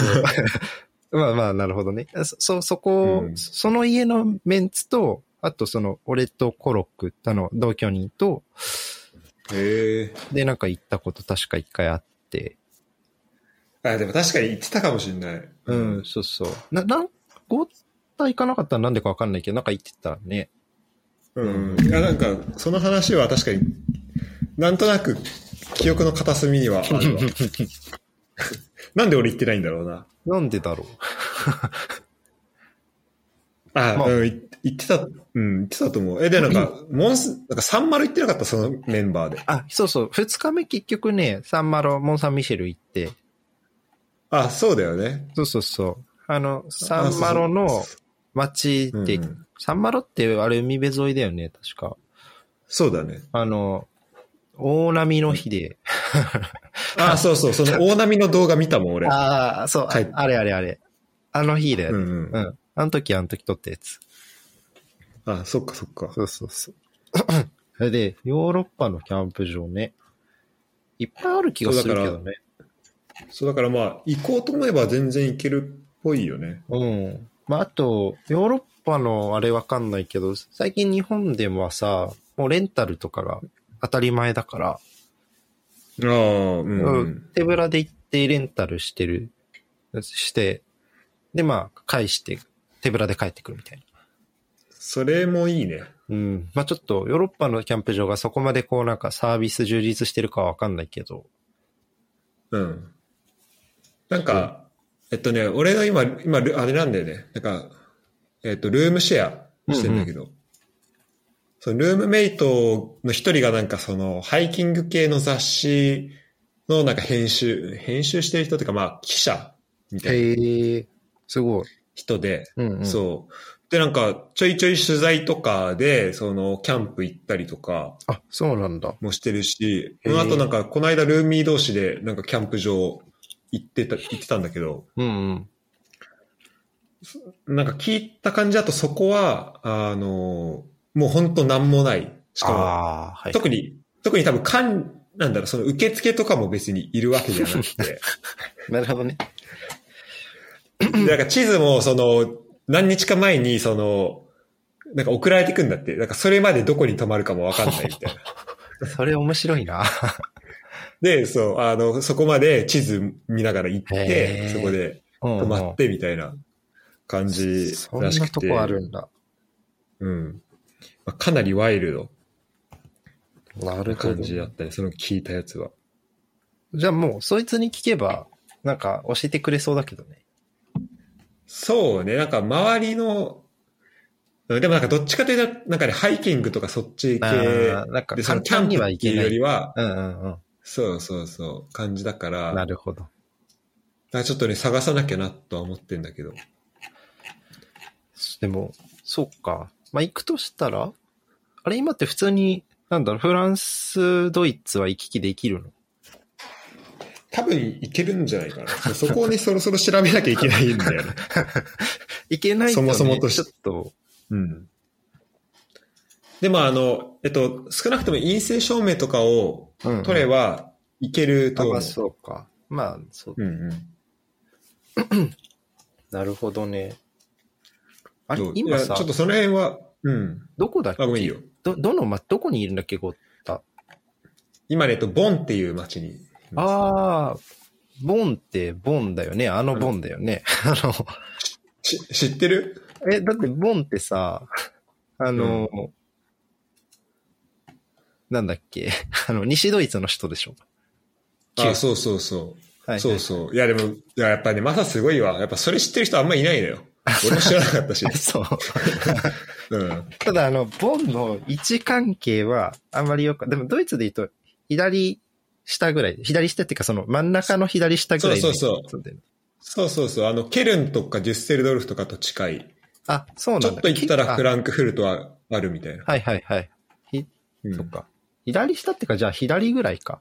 Speaker 2: も、 まあまあ、なるほどね。そ、そそこ、
Speaker 1: うん
Speaker 2: その家のメンツと、あとその、俺とコロック、あの、同居人と、
Speaker 1: へえ。
Speaker 2: で、なんか行ったこと確か一回あって、
Speaker 1: あ、でも確かに言ってたかもしれない。
Speaker 2: うん、。そうそう。な、なん、ゴッタ行かなかったらなんでかわかんないけど、なんか行ってたね。
Speaker 1: うん。いや、なんか、その話は確かに、なんとなく、記憶の片隅にはある わなんで俺言ってないんだろうな。
Speaker 2: なんでだろう。
Speaker 1: あ、
Speaker 2: まあ
Speaker 1: うん、い言ってた、うん、言ってたと思う。え、で、なんか、モンス、なんか、サンマル言ってなかった、そのメンバーで。
Speaker 2: あ、そうそう。二日目結局ね、サンマロ、モンサンミシェル行って、
Speaker 1: あ、そうだよね。
Speaker 2: そうそうそう。あの、サンマロの街って、
Speaker 1: うんうん
Speaker 2: サンマロってあれ海辺沿いだよね、確か。
Speaker 1: そうだね。
Speaker 2: あの、大波の日で。
Speaker 1: あ、そうそう、そ の大波の動画見たもん、俺。
Speaker 2: ああ、そう、あ
Speaker 1: はい
Speaker 2: あれあれあれ。あの日だよ
Speaker 1: う
Speaker 2: ね。
Speaker 1: ん
Speaker 2: う
Speaker 1: うん。
Speaker 2: ん。あの時あの時撮ったやつ。
Speaker 1: あ、そっかそっか。
Speaker 2: そうそう そう。それで、ヨーロッパのキャンプ場ね。いっぱいある気がするけどね。
Speaker 1: そうだからまあ、行こうと思えば全然行けるっぽいよね。
Speaker 2: うん。まあ、あと、ヨーロッパのあれわかんないけど、最近日本ではさ、もうレンタルとかが当たり前だから、
Speaker 1: ああ、う
Speaker 2: うんん。手ぶらで行ってレンタルしてる、して、で、まあ、返して、手ぶらで帰ってくるみたいな。
Speaker 1: それもいいね。
Speaker 2: うん。まあちょっと、ヨーロッパのキャンプ場がそこまでこうなんかサービス充実してるかはわかんないけど。
Speaker 1: うん。なんか、えっとね、俺の今、今、ルあれなんだよね。なんか、えっと、ルームシェアしてんだけど、そのルームメイトの一人がなんかその、ハイキング系の雑誌のなんか編集、編集してる人というかまあ、記者みたいな
Speaker 2: へえ、すごい。
Speaker 1: 人で、
Speaker 2: うん、うん。う。
Speaker 1: そう。で、なんか、ちょいちょい取材とかで、その、キャンプ行ったりとか
Speaker 2: あ、そうなんだ。
Speaker 1: もしてるし、
Speaker 2: へー
Speaker 1: あとなんか、この間ルーミー同士で、なんかキャンプ場行ってた、行ってたんだけど、
Speaker 2: うんうん。
Speaker 1: なんか聞いた感じだとそこは、あの、もう本当なんもない。しか
Speaker 2: ああ、は
Speaker 1: も、
Speaker 2: い。
Speaker 1: 特に、特に多分、かん、なんだろう、その受付とかも別にいるわけじゃなく て、
Speaker 2: なるほどね。
Speaker 1: でなんか地図も、その、何日か前に、その、なんか送られてくんだって、なんかそれまでどこに泊まるかもわかんないみたい な。
Speaker 2: それ面白いな。
Speaker 1: で、そう、あの、そこまで地図見ながら行っ
Speaker 2: へ
Speaker 1: て、
Speaker 2: ー
Speaker 1: そこで
Speaker 2: うん
Speaker 1: 泊まってみたいな感じ
Speaker 2: そん
Speaker 1: ら
Speaker 2: な
Speaker 1: しくて。
Speaker 2: とこあるんだ。
Speaker 1: うん。まあ、かなりワイルド
Speaker 2: なる
Speaker 1: な
Speaker 2: ほ
Speaker 1: 感じだ
Speaker 2: ど。
Speaker 1: ったね、その聞いたやつは。
Speaker 2: じゃあもう、そいつに聞けば、なんか教えてくれそうだけどね。
Speaker 1: そうね、なんか周りの、でもなんかどっちかというと、なんかね、ハイキングとかそっち系
Speaker 2: あーなんか
Speaker 1: で、そ
Speaker 2: 簡
Speaker 1: のキャン
Speaker 2: 単に
Speaker 1: プ
Speaker 2: はい
Speaker 1: って
Speaker 2: け
Speaker 1: いう
Speaker 2: な
Speaker 1: より
Speaker 2: い。
Speaker 1: は、
Speaker 2: うんうんうん。
Speaker 1: そうそうそう、感じだから、だ
Speaker 2: な
Speaker 1: か
Speaker 2: るほど。
Speaker 1: らちょっとね、探さなきゃなとは思ってんだけど。
Speaker 2: でも、そうか。まあ、行くとしたら、あれ今って普通に、なんだろう、フランス、ドイツは行き来できるの
Speaker 1: 多分いけるんじゃ ないかな。そうそこをね、そろそろ調べなきゃいけないんだよね。
Speaker 2: 行けない
Speaker 1: そ
Speaker 2: ね、
Speaker 1: もそもとし
Speaker 2: ちょっと、
Speaker 1: うん。でもあの、えっと、少なくとも陰性証明とかを
Speaker 2: うんうん
Speaker 1: 取ればいけると
Speaker 2: あ
Speaker 1: 思う。
Speaker 2: まあ、そうか。まあ、そう。
Speaker 1: うんうん。
Speaker 2: なるほどね。あれ
Speaker 1: どう、
Speaker 2: 今
Speaker 1: いや
Speaker 2: さ
Speaker 1: ちょっ、とその辺は、うん。
Speaker 2: どこだっ
Speaker 1: あ、ごめんいい
Speaker 2: け
Speaker 1: よ。
Speaker 2: ど、どの、ま、どこにいるんだっけ、ゴッタ。
Speaker 1: 今ね、えっと、ボンっていう町に。
Speaker 2: ああ、ボンって、ボンだよね。あのボンだよね。 あの、
Speaker 1: し知ってる
Speaker 2: え、だってボンってさ、あの、なんだっけ、 あの、西ドイツの人でしょ。
Speaker 1: あ、そうそうそ
Speaker 2: は
Speaker 1: う。
Speaker 2: い。
Speaker 1: そうそう。いや、でも、いややっぱね、マサすごいわ。やっぱそれ知ってる人あんまいないのよ。俺も知らなかったし
Speaker 2: あ。 そう。
Speaker 1: うん。
Speaker 2: ただ、あの、ボンの位置関係は、あんまりよく、でもドイツで言うと、左下ぐらい、左下っていうか、その真ん中の左下ぐらいの
Speaker 1: そうそう
Speaker 2: そうだよね。
Speaker 1: そうそうそう。あの、ケルンとかデュッセルドルフとかと近い。
Speaker 2: あ、そうなん
Speaker 1: ち
Speaker 2: だ。
Speaker 1: ょっと行ったらフ
Speaker 2: ラ
Speaker 1: ランクフルトはあるみたいな。
Speaker 2: はいはいはい。ひ、
Speaker 1: うん
Speaker 2: そっか。左下ってか、じゃあ左ぐらいか。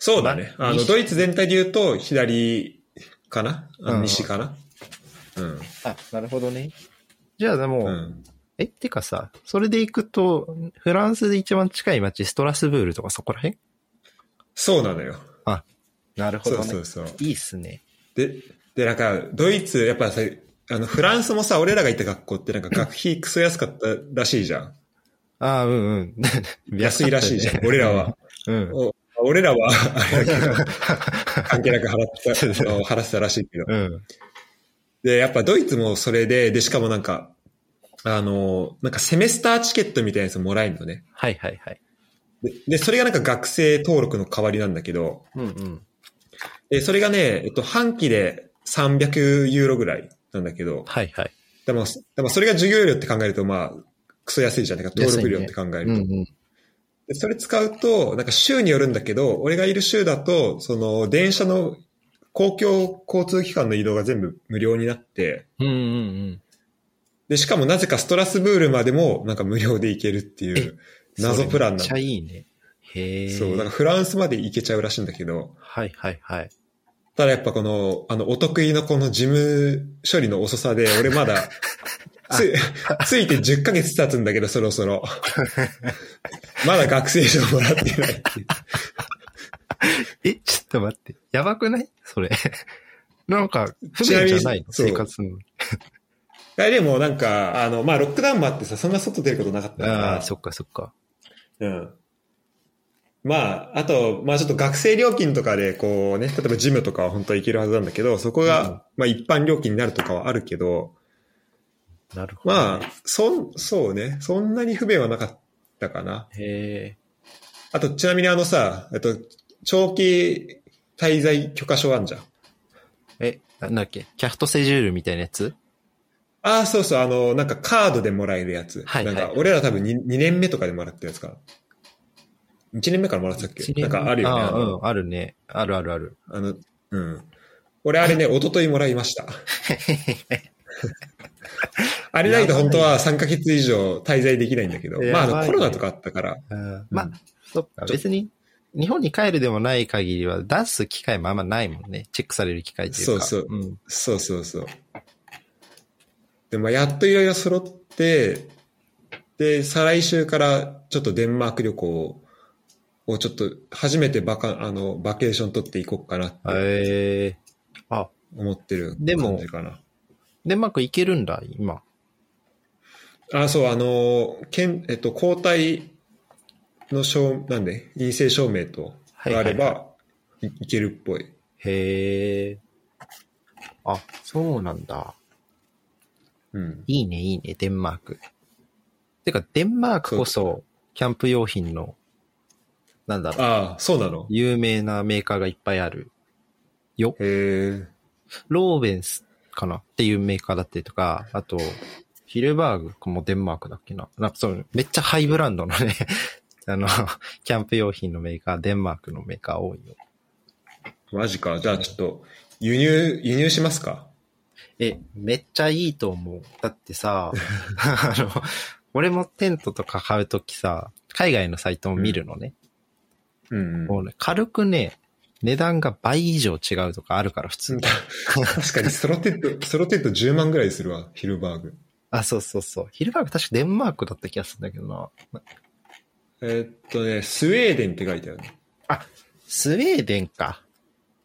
Speaker 1: そうだね。
Speaker 2: ま
Speaker 1: あの、
Speaker 2: 西
Speaker 1: ドイツ全体で言うと、左かなあ
Speaker 2: うん
Speaker 1: 西かなうん。
Speaker 2: あ、なるほどね。じゃあ、でも、
Speaker 1: うん。
Speaker 2: え、てかさ、それで行くと、フランスで一番近い街、ストラスブールとかそこら辺
Speaker 1: そうなのよ。
Speaker 2: なる
Speaker 1: そうそうそう。
Speaker 2: いいっすね。
Speaker 1: で、で、なんか、ドイツ、やっぱさ、あの、フランスもさ、俺らが行った学校ってなんか学費クソ安かったらしいじゃん。
Speaker 2: ああ、うんうん。
Speaker 1: 安いらしい じゃん、俺らは。
Speaker 2: うん。
Speaker 1: お俺らは、あれだけど、関係なく払ってた、あの払ってたらしいけど。
Speaker 2: うん。
Speaker 1: で、やっぱドイツもそれで、で、しかもなんか、あの、なんかセメスターチケットみたいなやつもらえるのね。
Speaker 2: はいはいはい。
Speaker 1: で、でそれがなんか学生登録の代わりなんだけど、
Speaker 2: うんうん。
Speaker 1: で、それがね、えっと、半期で300ユーロぐらいなんだけど、
Speaker 2: はいはい。
Speaker 1: でも、でもそれが授業料って考えると、まあ、クソ安いじゃん。なんか登録料って考えると。
Speaker 2: うんうん。
Speaker 1: でそれ使うと、なんか州によるんだけど、俺がいる州だと、その、電車の公共交通機関の移動が全部無料になって、
Speaker 2: うんうんうん。
Speaker 1: で、しかもなぜかストラスブールまでもなんか無料で行けるっていう謎プラン
Speaker 2: そ
Speaker 1: な
Speaker 2: れめっちゃいいね。へえ。
Speaker 1: そう、だからフランスまで行けちゃうらしいんだけど、
Speaker 2: はいはいはい。
Speaker 1: ただやっぱこの、あの、お得意のこの事務処理の遅さで、俺ま だ、つ、ついて10ヶ月経つんだけど、そろそ ろ。まだ学生証もらってないっていう。
Speaker 2: え、ちょっと待って。やばくないそ れ。なんか、不
Speaker 1: ちな
Speaker 2: 便
Speaker 1: み
Speaker 2: じ
Speaker 1: に
Speaker 2: ゃないの
Speaker 1: そう
Speaker 2: 生活の。
Speaker 1: あでもなんか、あの、まあ、ロックダウンもあってさ、そんな外出ることなかったか
Speaker 2: あ
Speaker 1: ら
Speaker 2: あ、。そっかそっか。
Speaker 1: うん。まあ、あと、まあちょっと学生料金とかで、こうね、例えばジムとかは本当は行けるはずなんだけど、そこが、
Speaker 2: うん
Speaker 1: まあ一般料金になるとかはあるけど、
Speaker 2: なるほどね。
Speaker 1: まあ、そん、そうね、そんなに不便はなかったかな。
Speaker 2: へ
Speaker 1: あと、ちなみにあのさ、えっと、長期滞在許可証あんじゃん。
Speaker 2: え。え、なんだっけキャフトセジュールみたいなやつ
Speaker 1: ああ、そうそう、あの、なんかカードでもらえるやつ。
Speaker 2: はい
Speaker 1: なんか
Speaker 2: はい、
Speaker 1: 俺ら多分 2, 2年目とかでもらったやつか。1年目からもらってたっけなんかあるよね。
Speaker 2: あ
Speaker 1: あ
Speaker 2: ー
Speaker 1: の
Speaker 2: うん、あるね。あるあるある。
Speaker 1: あの、うん。俺あれね、一昨日もらいま した。あれないと本当は3ヶ月以上滞在できないんだけど、
Speaker 2: やば
Speaker 1: まああ
Speaker 2: い
Speaker 1: のコロナとかあったから、
Speaker 2: うんまあ
Speaker 1: うん、
Speaker 2: そっか。別に、日本に帰るでもない限りは、出す機会もあんまないもんね。チェックされる機会っていうか。。
Speaker 1: そうそうんそうそうそう。で、まあやっといろいろ揃って、で、再来週からちょっとデンマーク旅行をちょっと初めてバカ、あの、バケーション取っていこうかなって
Speaker 2: えーあ、
Speaker 1: 思ってる
Speaker 2: でも
Speaker 1: 感じかな。
Speaker 2: デンマーク行けるんだ、今。
Speaker 1: あ、そう、あの、けんえっと、抗体の証、なんで、陰性証明と、
Speaker 2: はい
Speaker 1: があれば、
Speaker 2: はい
Speaker 1: い、けるっぽい。
Speaker 2: へえ。あ、そうなんだ。
Speaker 1: うん。
Speaker 2: いいね、いいね、デンマーク。てか、デンマークこそ、キャンプ用品の、なんだろう、
Speaker 1: ああ、そうなの
Speaker 2: 有名なメーカーがいっぱいある。よ。
Speaker 1: へえ。
Speaker 2: ローベンスかなっていうメーカーだったりとか、あと、ヒルバーグもデンマークだっけな。なんかそう、めっちゃハイブランドのね、 あの、キャンプ用品のメーカー、デンマークのメーカー多いよ。
Speaker 1: マジか。じゃあ、ちょっと、輸入、輸入しますか
Speaker 2: え、めっちゃいいと思う。だってさ、あの、俺もテントとか買うときさ、海外のサイトを見るのね。
Speaker 1: うん、う
Speaker 2: も
Speaker 1: ん。
Speaker 2: うね、軽くね、値段が倍以上違うとかあるから、普通に。
Speaker 1: 確かに、ソロテッド、ソロテッド10万ぐらいするわ、ヒルバーグ。
Speaker 2: あ、そうそうそう。ヒルバーグ確かデンマークだった気がするんだけどな。
Speaker 1: えっとね、スウェーデンって書いてあるね。
Speaker 2: スウェーデンか。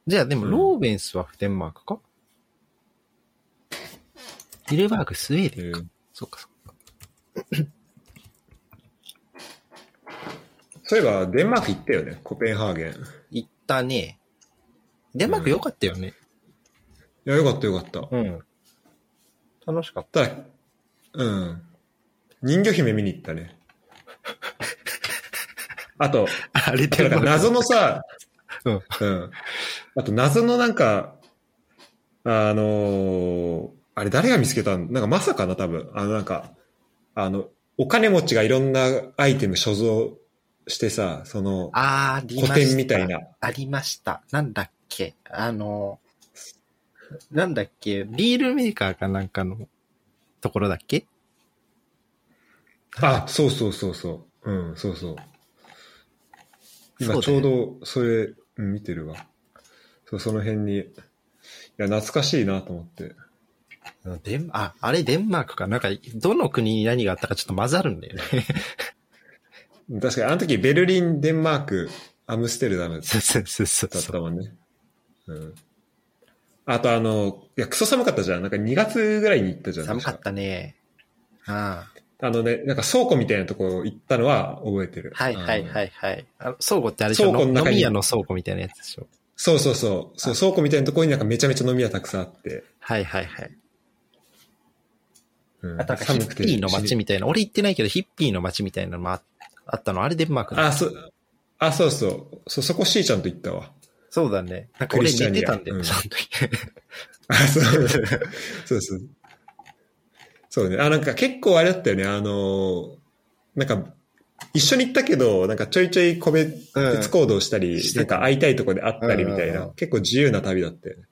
Speaker 2: じゃあでも、
Speaker 1: うん
Speaker 2: ローベンスはデンマークか、ヒルバーグ、スウェーデンか。
Speaker 1: うん
Speaker 2: そっかそっか。
Speaker 1: そういえば、デンマーク行ったよね、コペンハーゲン。い
Speaker 2: 行ったね。デンマーク良かったよね。
Speaker 1: や、よかったよかった。
Speaker 2: うん。楽しかった。
Speaker 1: ただ、うん。人魚姫見に行ったね。あと、
Speaker 2: あれ
Speaker 1: なんか謎のさ、
Speaker 2: うん
Speaker 1: うん。あと謎のなんか、あのーあれ誰が見つけたんなんかまさかな多分。あのなんか、あの、お金持ちがいろんなアイテム所蔵してさ、その、
Speaker 2: あーありま
Speaker 1: 古
Speaker 2: した。
Speaker 1: 典みたいな。。
Speaker 2: ありました。なんだっけあの、なんだっけビールメーカーかなんかのところだっけ
Speaker 1: あ、そうそうそうそう。うん、そうそう。今ち
Speaker 2: そう
Speaker 1: ょ
Speaker 2: だ
Speaker 1: う
Speaker 2: よね
Speaker 1: どそれうん見てるわ。そう、その辺に。いや、懐かしいなと思って。
Speaker 2: デンあ、あれデンマークか。なんか、どの国に何があったかちょっと混ざるんだよね。
Speaker 1: 確かにあの時ベルリン、デンマーク、アムステルダム
Speaker 2: そうそうそうそう
Speaker 1: だっ
Speaker 2: そ
Speaker 1: た
Speaker 2: う。
Speaker 1: もんね。うん。あとあの、いや、クソ寒かったじゃん。なんか2月ぐらいに行ったじゃん。
Speaker 2: 寒かったね。ああ
Speaker 1: た。あのね、なんか倉庫みたいなとこ行ったのは覚えてる。。
Speaker 2: はいはいはいいはい。あの倉庫ってあれでしょ
Speaker 1: 倉庫の
Speaker 2: の
Speaker 1: 中
Speaker 2: 飲
Speaker 1: に
Speaker 2: み屋の倉庫みたいなやつでしょ
Speaker 1: そうそうそう。そう
Speaker 2: あ
Speaker 1: 倉庫みたいなところになんかめちゃめちゃ飲み屋たくさんあって。
Speaker 2: はいはいはい。
Speaker 1: うん、
Speaker 2: あとなんかヒッピーの街みたいな。俺行ってないけどヒッピーの街みたいなのもああったの。あれデンマークだ
Speaker 1: あ、そ、あ、そうそう。そ、そこしーちゃんと行ったわ。
Speaker 2: そうだね。なんか俺寝てたんだよ、
Speaker 1: クリス
Speaker 2: そ
Speaker 1: チ
Speaker 2: の時。
Speaker 1: あ、そう。そうそう。そうね。あ、なんか結構あれだったよね。あのーなんか、一緒に行ったけど、なんかちょいちょい個別
Speaker 2: うん
Speaker 1: 行動したり、
Speaker 2: して
Speaker 1: なん
Speaker 2: た
Speaker 1: か会いたいとこで会ったりみたい
Speaker 2: うんうん
Speaker 1: な
Speaker 2: う、ん
Speaker 1: 結構自由な旅だったよね。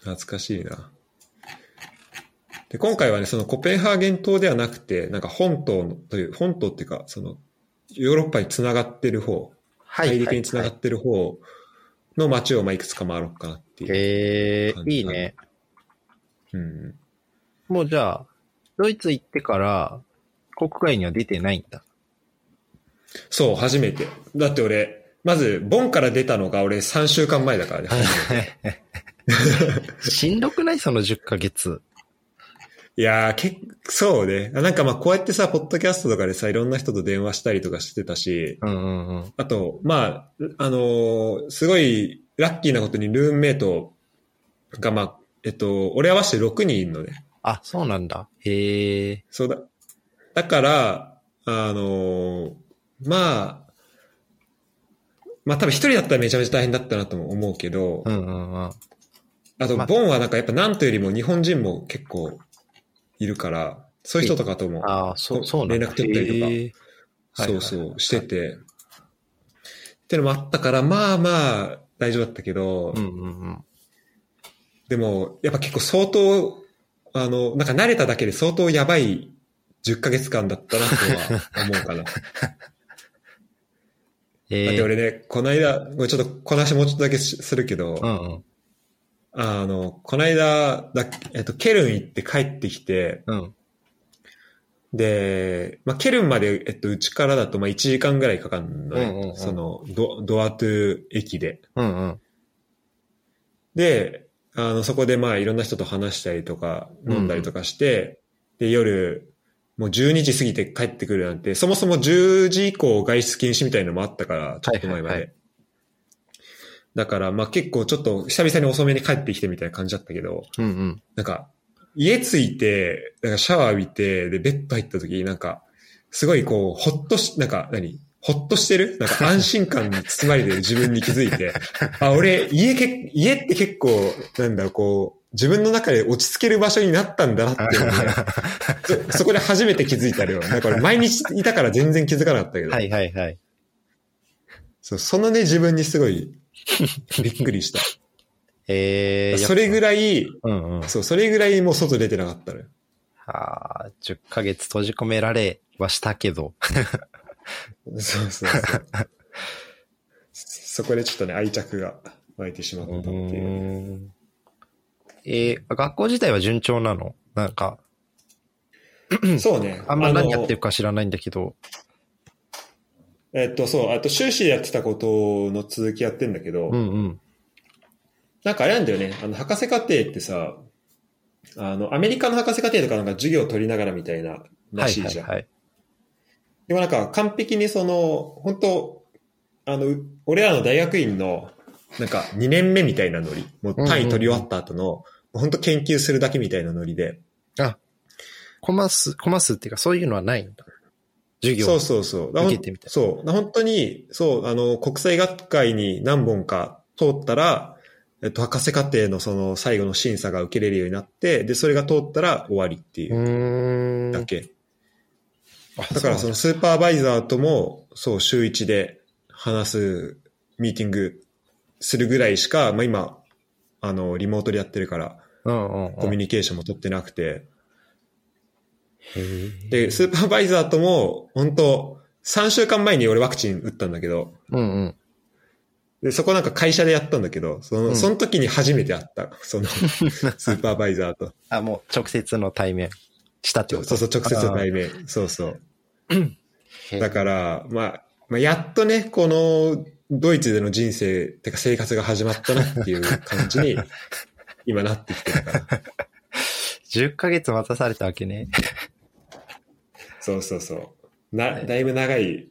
Speaker 1: 懐かしいな。で、今回はね、そのコペンハーゲン島ではなくて、なんか本島のという、本島っていうか、その、ヨーロッパに繋がってる方、
Speaker 2: は
Speaker 1: 大陸に繋がってる方の街をまあいくつか回ろうかなっていう。
Speaker 2: へえ
Speaker 1: 感じかな
Speaker 2: ー、いいね。
Speaker 1: うん。
Speaker 2: もうじゃあ、ドイツ行ってから、国外には出てない んだ。
Speaker 1: そう、初めて。だって俺、まず、ボンから出たのが俺3週間前だからね。
Speaker 2: しんどくないその10ヶ月。
Speaker 1: いやー、けそうね。あなんかまあこうやってさ、ポッドキャストとかでさ、いろんな人と電話したりとかしてたし、
Speaker 2: うんうんうん。
Speaker 1: あと、まあ、あのーすごいラッキーなことにルームメイトがまあ、えっと、俺合わせて6人いるのね。
Speaker 2: あ、そうなんだ。へえ。
Speaker 1: そうだ。だから、あのーまあ、まあ多分一人だったらめちゃめちゃ大変だったなとも思うけど、
Speaker 2: うんうんうん。
Speaker 1: あと、
Speaker 2: まあ
Speaker 1: ボンはなんかやっぱなんとよりも日本人も結構いるから、そういう人とかとも、
Speaker 2: ああ、そう、そうなんだ。
Speaker 1: 連絡取ったりとか
Speaker 2: へえはい
Speaker 1: そ
Speaker 2: は
Speaker 1: う
Speaker 2: い
Speaker 1: そう、してて。ってのもあったから、まあまあ大丈夫だったけど、
Speaker 2: うんうんうん。
Speaker 1: でも、やっぱ結構相当、あの、なんか慣れただけで相当やばい10ヶ月間だったなと は思うかな。だ
Speaker 2: え
Speaker 1: って俺ね、この間、これちょっとこの話もうちょっとだけしするけど、
Speaker 2: うんうん。
Speaker 1: あの、この間だ、えっと、ケルン行って帰ってきて、
Speaker 2: うん。
Speaker 1: で、まあ、ケルンまで、えっと、うちからだと、まあ、1時間ぐらいかかるのね、
Speaker 2: うんうんうん
Speaker 1: そのド、ドアトゥ駅で。
Speaker 2: うんうん。
Speaker 1: で、あの、そこでまあいろんな人と話したりとか、飲んだりとかして、で、夜、もう12時過ぎて帰ってくるなんて、そもそも10時以降外出禁止みたいのもあったから、ちょっと前まで。
Speaker 2: はいはいは
Speaker 1: だから、まあ結構ちょっと久々に遅めに帰ってきてみたいな感じだったけど、
Speaker 2: うんうん。
Speaker 1: なんか、家着いて、なんかシャワー浴びて、で、ベッド入った時になんか、すごいこう、ほっとし、なんか、何ほっとしてるなんか安心感に包まれて る自分に気づいて、あ、俺、家け、家って結構、なんだろう、こう、自分の中で落ち着ける場所になったんだな っていうのを ねそ、そこで初めて気づいたよ。なんか俺、毎日いたから全然気づかなかったけど、
Speaker 2: はいはいはい。
Speaker 1: そうそのね、自分にすごい、びっくりした。
Speaker 2: ええ。
Speaker 1: それぐ
Speaker 2: い。
Speaker 1: らい、
Speaker 2: うんうん。
Speaker 1: そう、それぐらいもう外出てなかったのよ。
Speaker 2: ああ、10ヶ月閉じ込められはしたけど。
Speaker 1: そうそうそう。そ こでちょっとね、愛着が湧いてしまったっていう。
Speaker 2: えー、学校自体は順調なのなんか、
Speaker 1: そうね。
Speaker 2: あんま何やって
Speaker 1: る
Speaker 2: るか知らないんだけど。
Speaker 1: えっと、そう、あと修士でやってたことの続きやってんだけど、
Speaker 2: うんうん。
Speaker 1: なんかあれなんだよね、あの、博士課程ってさ、あの、アメリカの博士課程とかなんか授業を取りながらみたいなら
Speaker 2: はい
Speaker 1: しい
Speaker 2: はい
Speaker 1: じゃん。
Speaker 2: はい。
Speaker 1: でもなんか完璧にその、本当あの、う俺らの大学院の、なんか2年目みたいなノリ。もう単位取り終わった後の、本当研究するだけみたいなノリで。
Speaker 2: コマス、コマスっていうかそういうのはないんだ。授業。
Speaker 1: そうそうそう。だから
Speaker 2: 受けてみたい
Speaker 1: そう。だから本当に、そう、あの、国際学会に何本か通ったら、えっと、博士課程のその最後の審査が受けれるようになって、で、それが通ったら終わりっていうう
Speaker 2: ーん。
Speaker 1: だけ。
Speaker 2: あ
Speaker 1: だからそのスーパーバイザーとも、そう、週一で話す、ミーティングするぐらいしか、まあ今、あの、リモートでやってるから、
Speaker 2: うんうんうん。
Speaker 1: コミュニケーションも取ってなくて、
Speaker 2: へー
Speaker 1: で、スーパーバイザーとも、本当3週間前に俺ワクチン打ったんだけど、
Speaker 2: うんうん。
Speaker 1: で、そこなんか会社でやったんだけど、その、
Speaker 2: うん
Speaker 1: その時に初めて会った。 そ の、スーパーバイザーと。
Speaker 2: あ、もう直接の対面したって
Speaker 1: そ
Speaker 2: こ
Speaker 1: う
Speaker 2: と
Speaker 1: そう、直接の対面。そうそう。
Speaker 2: へー
Speaker 1: だから、まあ、まあ、やっとね、この、ドイツでの人生、てか生活が始まったなっていう感じ に、今なってきてるから。
Speaker 2: 10ヶ月待たされたわけね。
Speaker 1: そうそうそう。な、だいぶ長い、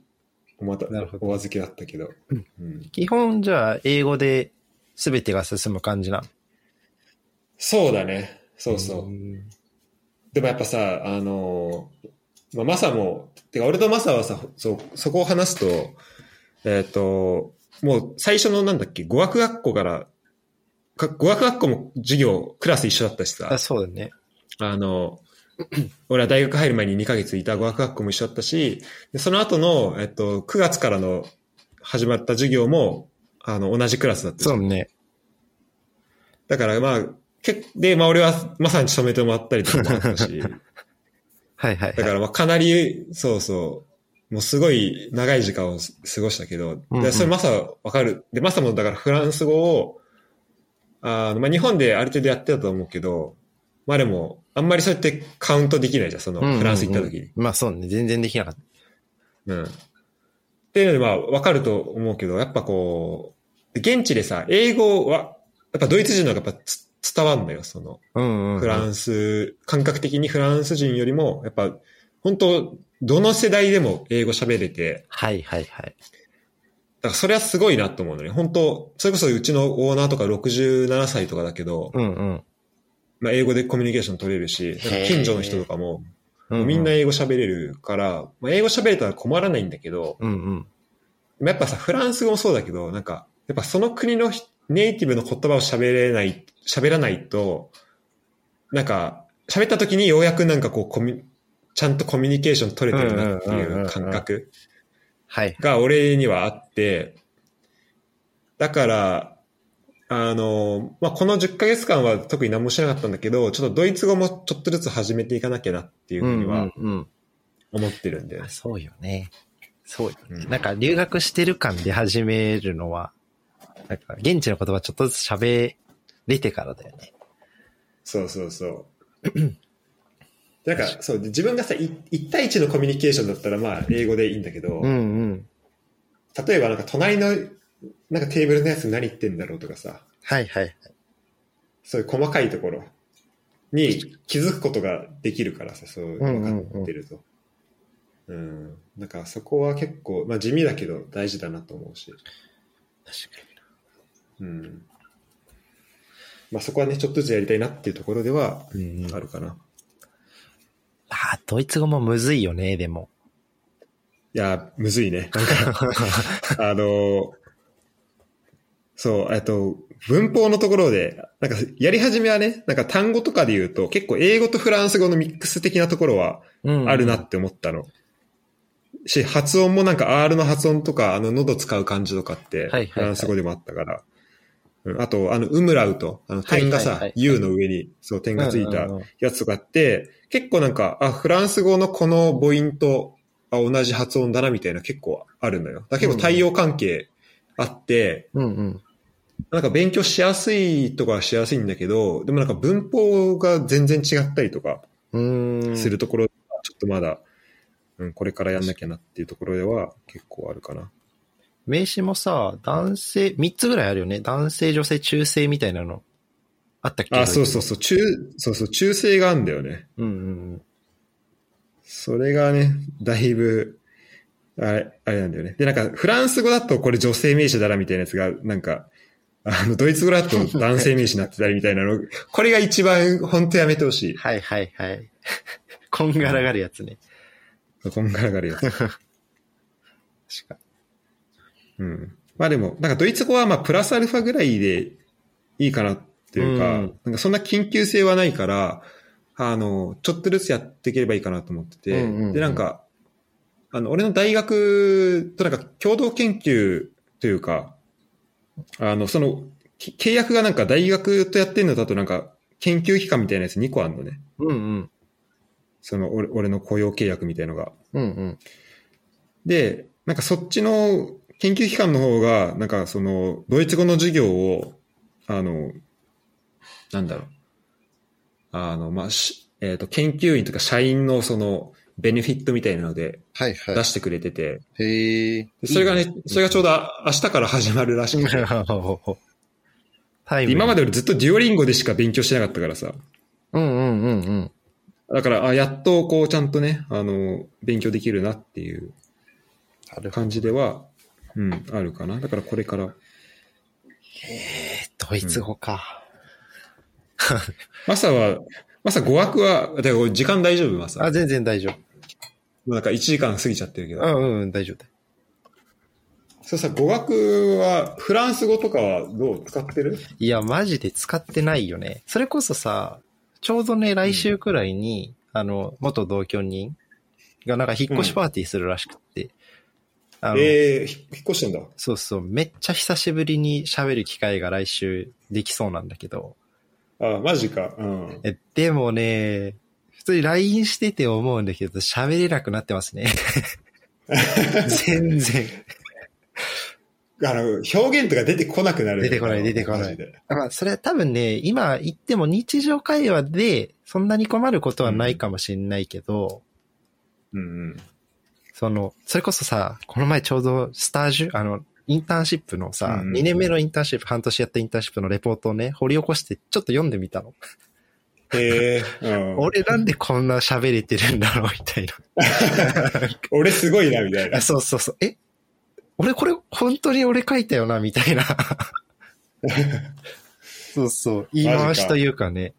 Speaker 1: おまた
Speaker 2: なるほ、ど
Speaker 1: お預けだったけど。
Speaker 2: うん
Speaker 1: うん
Speaker 2: 基本じゃあ英語で全てが進む感じなの。
Speaker 1: そうだね。そうそう。
Speaker 2: ん
Speaker 1: でもやっぱさ、あのーまあ、マサも、てか俺とマサはさ、そう、そこを話すと、えっ、と、もう最初のなんだっけ、語学学校から、か語学学校も授業、クラス一緒だったしさ
Speaker 2: あ、、そうだね。
Speaker 1: あの、俺は大学入る前に2ヶ月いた語学学校も一緒だったし、でその後の、えっと、9月からの始まった授業も、あの、同じクラスだった。
Speaker 2: そうね。
Speaker 1: だからまあ、けで、まあ俺はまさに勤めてもらったりとかもあったし、
Speaker 2: はいは
Speaker 1: だ
Speaker 2: い、は
Speaker 1: か
Speaker 2: い。
Speaker 1: らまあかなり、そうそう、もうすごい長い時間を過ごしたけど、
Speaker 2: うんうん
Speaker 1: でそれマサわかる。で、マサもだからフランス語を、あの、まあ日本である程度やってたと思うけど、まあでも、あんまりそうやってカウントできないじゃん、その
Speaker 2: うんうんうん
Speaker 1: フランス行った時に。
Speaker 2: まあそうね。全然できなかった。
Speaker 1: うん。っていうので、まあ、わかると思うけど、やっぱこう、現地でさ、英語は、やっぱドイツ人の方がやっぱつ伝わんだよ、その、
Speaker 2: うんうんうん。
Speaker 1: フランス、感覚的にフランス人よりも、やっぱ、本当どの世代でも英語喋れて、
Speaker 2: はいはいは
Speaker 1: だ
Speaker 2: い。
Speaker 1: からそれはすごいなと思うのね。本当それこそうちのオーナーとか67歳とかだけど、
Speaker 2: うんうん
Speaker 1: まあ英語でコミュニケーション取れるし、なんか近所の人とかも、
Speaker 2: うんうん。
Speaker 1: みんな英語喋れるから、まあ英語喋れたら困らないんだけど、
Speaker 2: うんうん。
Speaker 1: でもやっぱさ、フランス語もそうだけど、なんか、やっぱその国のひネイティブの言葉を喋れない、喋らないと、なんか、喋った時にようやくなんかこうコミュ、ちゃんとコミュニケーション取れてるなってい
Speaker 2: うんうんうんうんう
Speaker 1: うん感覚
Speaker 2: はい。
Speaker 1: が俺にはあって、だから、あの、まあ、この10ヶ月間は特に何もしなかったんだけど、ちょっとドイツ語もちょっとずつ始めていかなきゃなっていう
Speaker 2: う
Speaker 1: ふうんに
Speaker 2: う
Speaker 1: は
Speaker 2: んうん。
Speaker 1: 思ってるんだよ
Speaker 2: あ
Speaker 1: ね。
Speaker 2: そうよね。そうよね。
Speaker 1: うん
Speaker 2: なんか留学してる感で始めるのは、なんか現地の言葉ちょっとずつ喋れてからだよね。
Speaker 1: そうそうそう。 なんか、そう、自分がさ、い一対一のコミュニケーションだったら、まあ、英語でいいんだけど、
Speaker 2: うんうん。
Speaker 1: 例えば、なんか、隣の、なんかテーブルのやつ何言ってんだろうとかさ、
Speaker 2: はいはい。
Speaker 1: そういう細かいところに気づくことができるからさ、そう、
Speaker 2: うんうんうん
Speaker 1: 分かってると。うんなんか、そこは結構、まあ、地味だけど、大事だなと思うし。
Speaker 2: 確かに。
Speaker 1: うん。まあ、そこはね、ちょっとずつやりたいなっていうところでは、
Speaker 2: うんうん
Speaker 1: あるかな。
Speaker 2: ああ、ドイツ語もむずいよね、でも。
Speaker 1: いや、むずいね。なん か、あの、そう、えっと、文法のところで、なんか、やり始めはね、なんか単語とかで言うと、結構英語とフランス語のミックス的なところは
Speaker 2: うん
Speaker 1: あるなっ。て思ったの。し、発音もなんか R の発音とか、あの、喉使う感じとかって
Speaker 2: はいはい、
Speaker 1: フランス語でもあったから。うんあと、あの、ウムラウト、あの、点が
Speaker 2: はいはい
Speaker 1: さ
Speaker 2: はい、
Speaker 1: U の上に、そう、点がついた
Speaker 2: うんうんうん
Speaker 1: やつとかって、結構なんか、あ、フランス語のこの母音と、あ、同じ発音だなみたいな結構あるのよ。だから結構対応関係あって、
Speaker 2: うんうん。
Speaker 1: なんか勉強しやすいとかはしやすいんだけど、でもなんか文法が全然違ったりとか
Speaker 2: うーん。
Speaker 1: するところ、ちょっとまだ、うん、これからやんなきゃなっていうところでは結構あるかな。
Speaker 2: 名詞もさ、男性、三つぐらいあるよね。男性、女性、中性みたいなの。あったっけ
Speaker 1: あ、そうそうそう、中、そうそう、中性があるんだよね。
Speaker 2: う。うんうんうん。
Speaker 1: それがね、だいぶ、あれ、あれなんだよね。で、なんか、フランス語だとこれ女性名詞だなみたいなやつが、なんか、あの、ドイツ語だと男性名詞になってたりみたいなの、これが一番本当やめてほしい。
Speaker 2: はいはいはい。こんがらがるやつね。
Speaker 1: こんがらがるやつ。
Speaker 2: 確か
Speaker 1: うん。まあでも、なんかドイツ語はまあプラスアルファぐらいでいいかなっていうか、
Speaker 2: うん
Speaker 1: なんかそんな緊急性はないから、あの、ちょっとずつやっていければいいかなと思ってて、
Speaker 2: うんうんうん
Speaker 1: で、なんか、あの、俺の大学となんか共同研究というか、あの、その、き契約がなんか大学とやってるのだとなんか研究機関みたいなやつ2個あるのね。
Speaker 2: うんうん。
Speaker 1: その俺、俺の雇用契約みたいのが。
Speaker 2: うんうん。
Speaker 1: で、なんかそっちの研究機関の方が、なんかその、ドイツ語の授業を、あの、なんだろう。あの、まあ、しえっ、と、研究員とか社員のその、ベネフィットみたいなので
Speaker 2: はいは
Speaker 1: 出してくれてて、
Speaker 2: い。へえ。
Speaker 1: でそれがね、それがちょう
Speaker 2: ど。
Speaker 1: ど明日から始まるらしくて、
Speaker 2: タイム。
Speaker 1: 今まで
Speaker 2: で。
Speaker 1: 俺ずっとデュオリンゴでしか勉強してなかったからさ、
Speaker 2: うんうんうんうん。
Speaker 1: だから、あやっとこうちゃんとね、あの、勉強できるなっていう
Speaker 2: なるほど。
Speaker 1: 感じでは、うん、あるかな。だからこれから。
Speaker 2: えー、ドイツ語か。
Speaker 1: マサは、マサ語学は、だから時間大丈夫マサ。
Speaker 2: あ、
Speaker 1: も
Speaker 2: 全然大丈夫。
Speaker 1: うなんか1時間過ぎちゃってるけ
Speaker 2: う
Speaker 1: ど。
Speaker 2: んうんうん、大丈夫だよ。
Speaker 1: そうさ、語学は、フランス語とかはどう使ってる
Speaker 2: いや、マジで使ってないよね。それこそさ、ちょうどね、来週くらいに、あの、元同居人がなんか引っ越しパーティーするらしくって。あの
Speaker 1: えー、ひ引っ越してんだ。
Speaker 2: そうそう、めっちゃ久しぶりに喋る機会が来週できそうなんだけど。
Speaker 1: あ、マジか。うん。
Speaker 2: え、でもね、普通に LINE してて思うんだけど、喋れなくなってます ね。全然。
Speaker 1: あの、表現とか出てこなくなる。
Speaker 2: 出てこない出てこない
Speaker 1: マジで
Speaker 2: まあ、それは多分ね、今言っても日常会話で、そんなに困ることはないかもしれないけど、
Speaker 1: うんうん。
Speaker 2: その、それこそさ、この前ちょうどスタジュ、あの、インターンシップのさ、
Speaker 1: うんうん
Speaker 2: 2年目のインターンシップ、半年やったインターンシップのレポートをね、掘り起こしてちょっと読んでみたの。
Speaker 1: へえ、うん。
Speaker 2: 俺なんでこんな喋れてるんだろうみたいな。
Speaker 1: 俺すごいな、みたいな
Speaker 2: あ。そうそうそう。え俺これ本当に俺書いたよなみたい な。そうそう。言い回しというかね。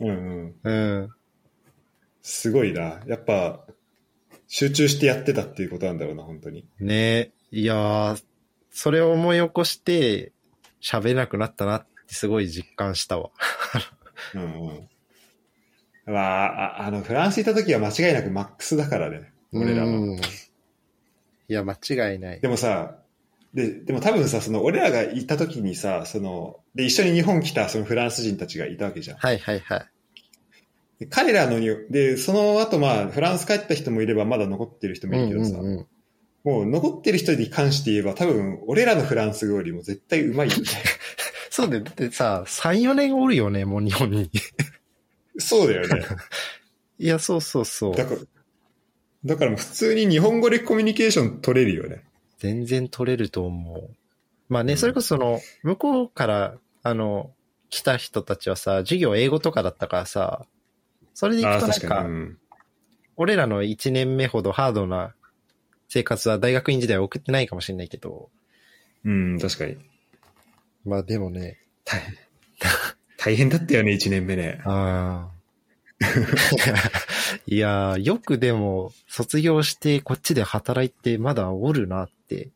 Speaker 1: うんうん。
Speaker 2: うん。
Speaker 1: すごいな。やっぱ、集中してやってたっていうことなんだろうな、本当に。
Speaker 2: ねいやー、それを思い起こして喋れなくなったなってすごい実感したわ。
Speaker 1: うんうん。まあ、ああの、フランス行った時は間違いなくマックスだからね。俺らは。
Speaker 2: うんいや、間違いない
Speaker 1: で。もさ、で、でも多分さ、その、俺らが行った時にさ、その、で、一緒に日本来た、そのフランス人たちがいたわけじゃん。
Speaker 2: はいはいはい。
Speaker 1: で彼らのに、で、その後まあ、フランス帰った人もいれば、まだ残ってる人もいるけどさ、
Speaker 2: うんうんうん
Speaker 1: もう残ってる人に関して言えば、多分、俺らのフランス語よりも絶対うま いよね。
Speaker 2: そうだよ。だってさ、3、4年おるよね、もう日本に。
Speaker 1: そうだよね。
Speaker 2: いや、そうそうそう。
Speaker 1: だから、だからもう普通に日本語でコミュニケーション取れるよね。
Speaker 2: 全然取れると思う。まあね、
Speaker 1: うん
Speaker 2: それこそその、向こうから、あの、来た人たちはさ、授業英語とかだったからさ、それで行くとなんか、
Speaker 1: うん
Speaker 2: 俺らの1年目ほどハードな生活は大学院時代は送ってないかもしれないけど、
Speaker 1: うん、確かに。
Speaker 2: まあでもね、
Speaker 1: 大 変。大変だったよね、1年目ね。
Speaker 2: ああ。 いやー、よくでも、卒業してこっちで働いてまだおるなって。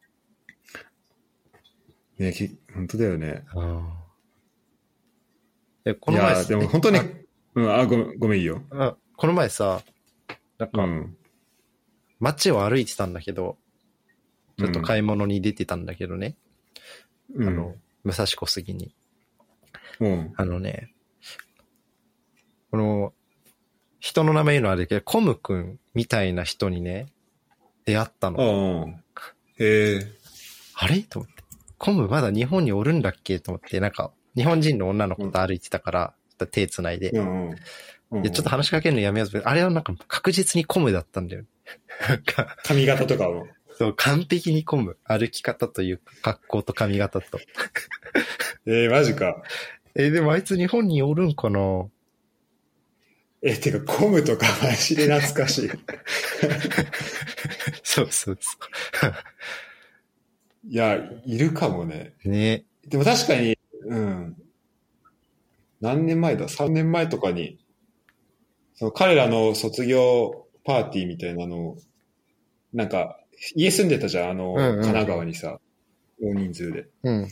Speaker 1: ね、き本当だよね。
Speaker 2: あえこ
Speaker 1: い
Speaker 2: の前
Speaker 1: や、でも本当に、うん、あ、ごめん、ごめんいいよ。
Speaker 2: あこの前さ、なん
Speaker 1: う
Speaker 2: か、
Speaker 1: ん。
Speaker 2: 街を歩いてたんだけど、ちょっと
Speaker 1: い、
Speaker 2: 買い物に出てたんだけどね、
Speaker 1: うん、
Speaker 2: あの、武蔵小杉に。
Speaker 1: うん。
Speaker 2: あのね、この、人の名前言うのはあれだけど、コムくんみたいな人にね、出会った
Speaker 1: う
Speaker 2: の。
Speaker 1: ん。うん。へえ。
Speaker 2: あれと思って。コムまだ日本におるんだっけと思って、なんか、日本人の女の子と歩いてたから、ちょっと手繋いで、
Speaker 1: うんうんうん。
Speaker 2: でちょっと話しかけるのやめようと思ってあれはなんか確実にコムだったんだよ。なんか、
Speaker 1: 髪型とかを。
Speaker 2: そう、完璧に混む。歩き方というか、格好と髪型と。
Speaker 1: えー、マジか。
Speaker 2: え、でもあいつ日本におるんかな
Speaker 1: え、てか、コムとかマジで懐か しい。
Speaker 2: そうそうそ
Speaker 1: いや、いるかもね。
Speaker 2: う。ね
Speaker 1: でも確かに、うん。何年前だ ?3 年前とかに、その彼らの卒業パーティーみたいなのを、なんか、家住んでたじゃん、あの、
Speaker 2: うんうん
Speaker 1: 神奈川にさ、大人数で。
Speaker 2: うん。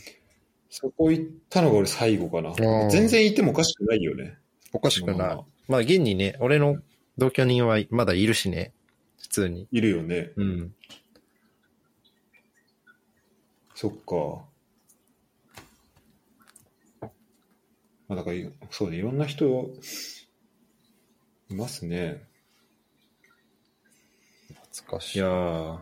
Speaker 1: そこ行ったのが俺最後かな
Speaker 2: ー。
Speaker 1: 全然行ってもおかしくないよね。
Speaker 2: おかしくない。まあ、現にね、俺の同居人はまだいるしね。普通に。
Speaker 1: いるよね。
Speaker 2: うん。
Speaker 1: そっか。まあ、だからい、そうね、いろんな人、いますね。
Speaker 2: 懐かし
Speaker 1: いやーい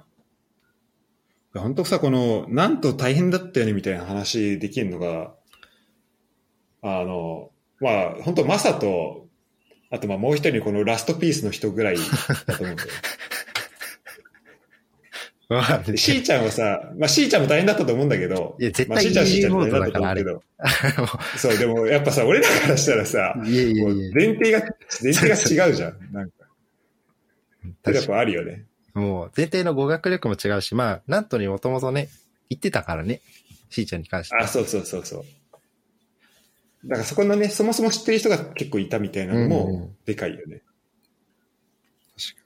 Speaker 1: や本当さ、この、なんと大変だったよねみたいな話できるのが、あの、まあ、本当マサと、あとまあもう一人このラストピースの人ぐらいだと思うん だよ。
Speaker 2: まあ、
Speaker 1: でしーちゃんはさ、まあしーちゃんも大変だったと思うんだけど、
Speaker 2: いや絶対
Speaker 1: まあしーちゃんはしーちゃんも
Speaker 2: イージ
Speaker 1: 大
Speaker 2: ーモー
Speaker 1: 変
Speaker 2: ド
Speaker 1: だっ
Speaker 2: だ
Speaker 1: た
Speaker 2: か
Speaker 1: と
Speaker 2: ら
Speaker 1: 思
Speaker 2: あ
Speaker 1: う
Speaker 2: れ
Speaker 1: けど、 そう、でもやっぱさ、俺らからしたらさ、
Speaker 2: いやい
Speaker 1: も
Speaker 2: や
Speaker 1: う
Speaker 2: いや。
Speaker 1: 前提が、前提が違うじゃん。なんか、やっ
Speaker 2: 確か
Speaker 1: ぱあるよね。
Speaker 2: にもう、前提の語学力も違うし、まあ、なんとにもともとね、言ってたからね。しーちゃんに関しては。
Speaker 1: あ、そうそうそうそう。だからそこのね、そもそも知ってる人が結構いたみたいなの
Speaker 2: うんう
Speaker 1: も
Speaker 2: ん、
Speaker 1: でかいよね。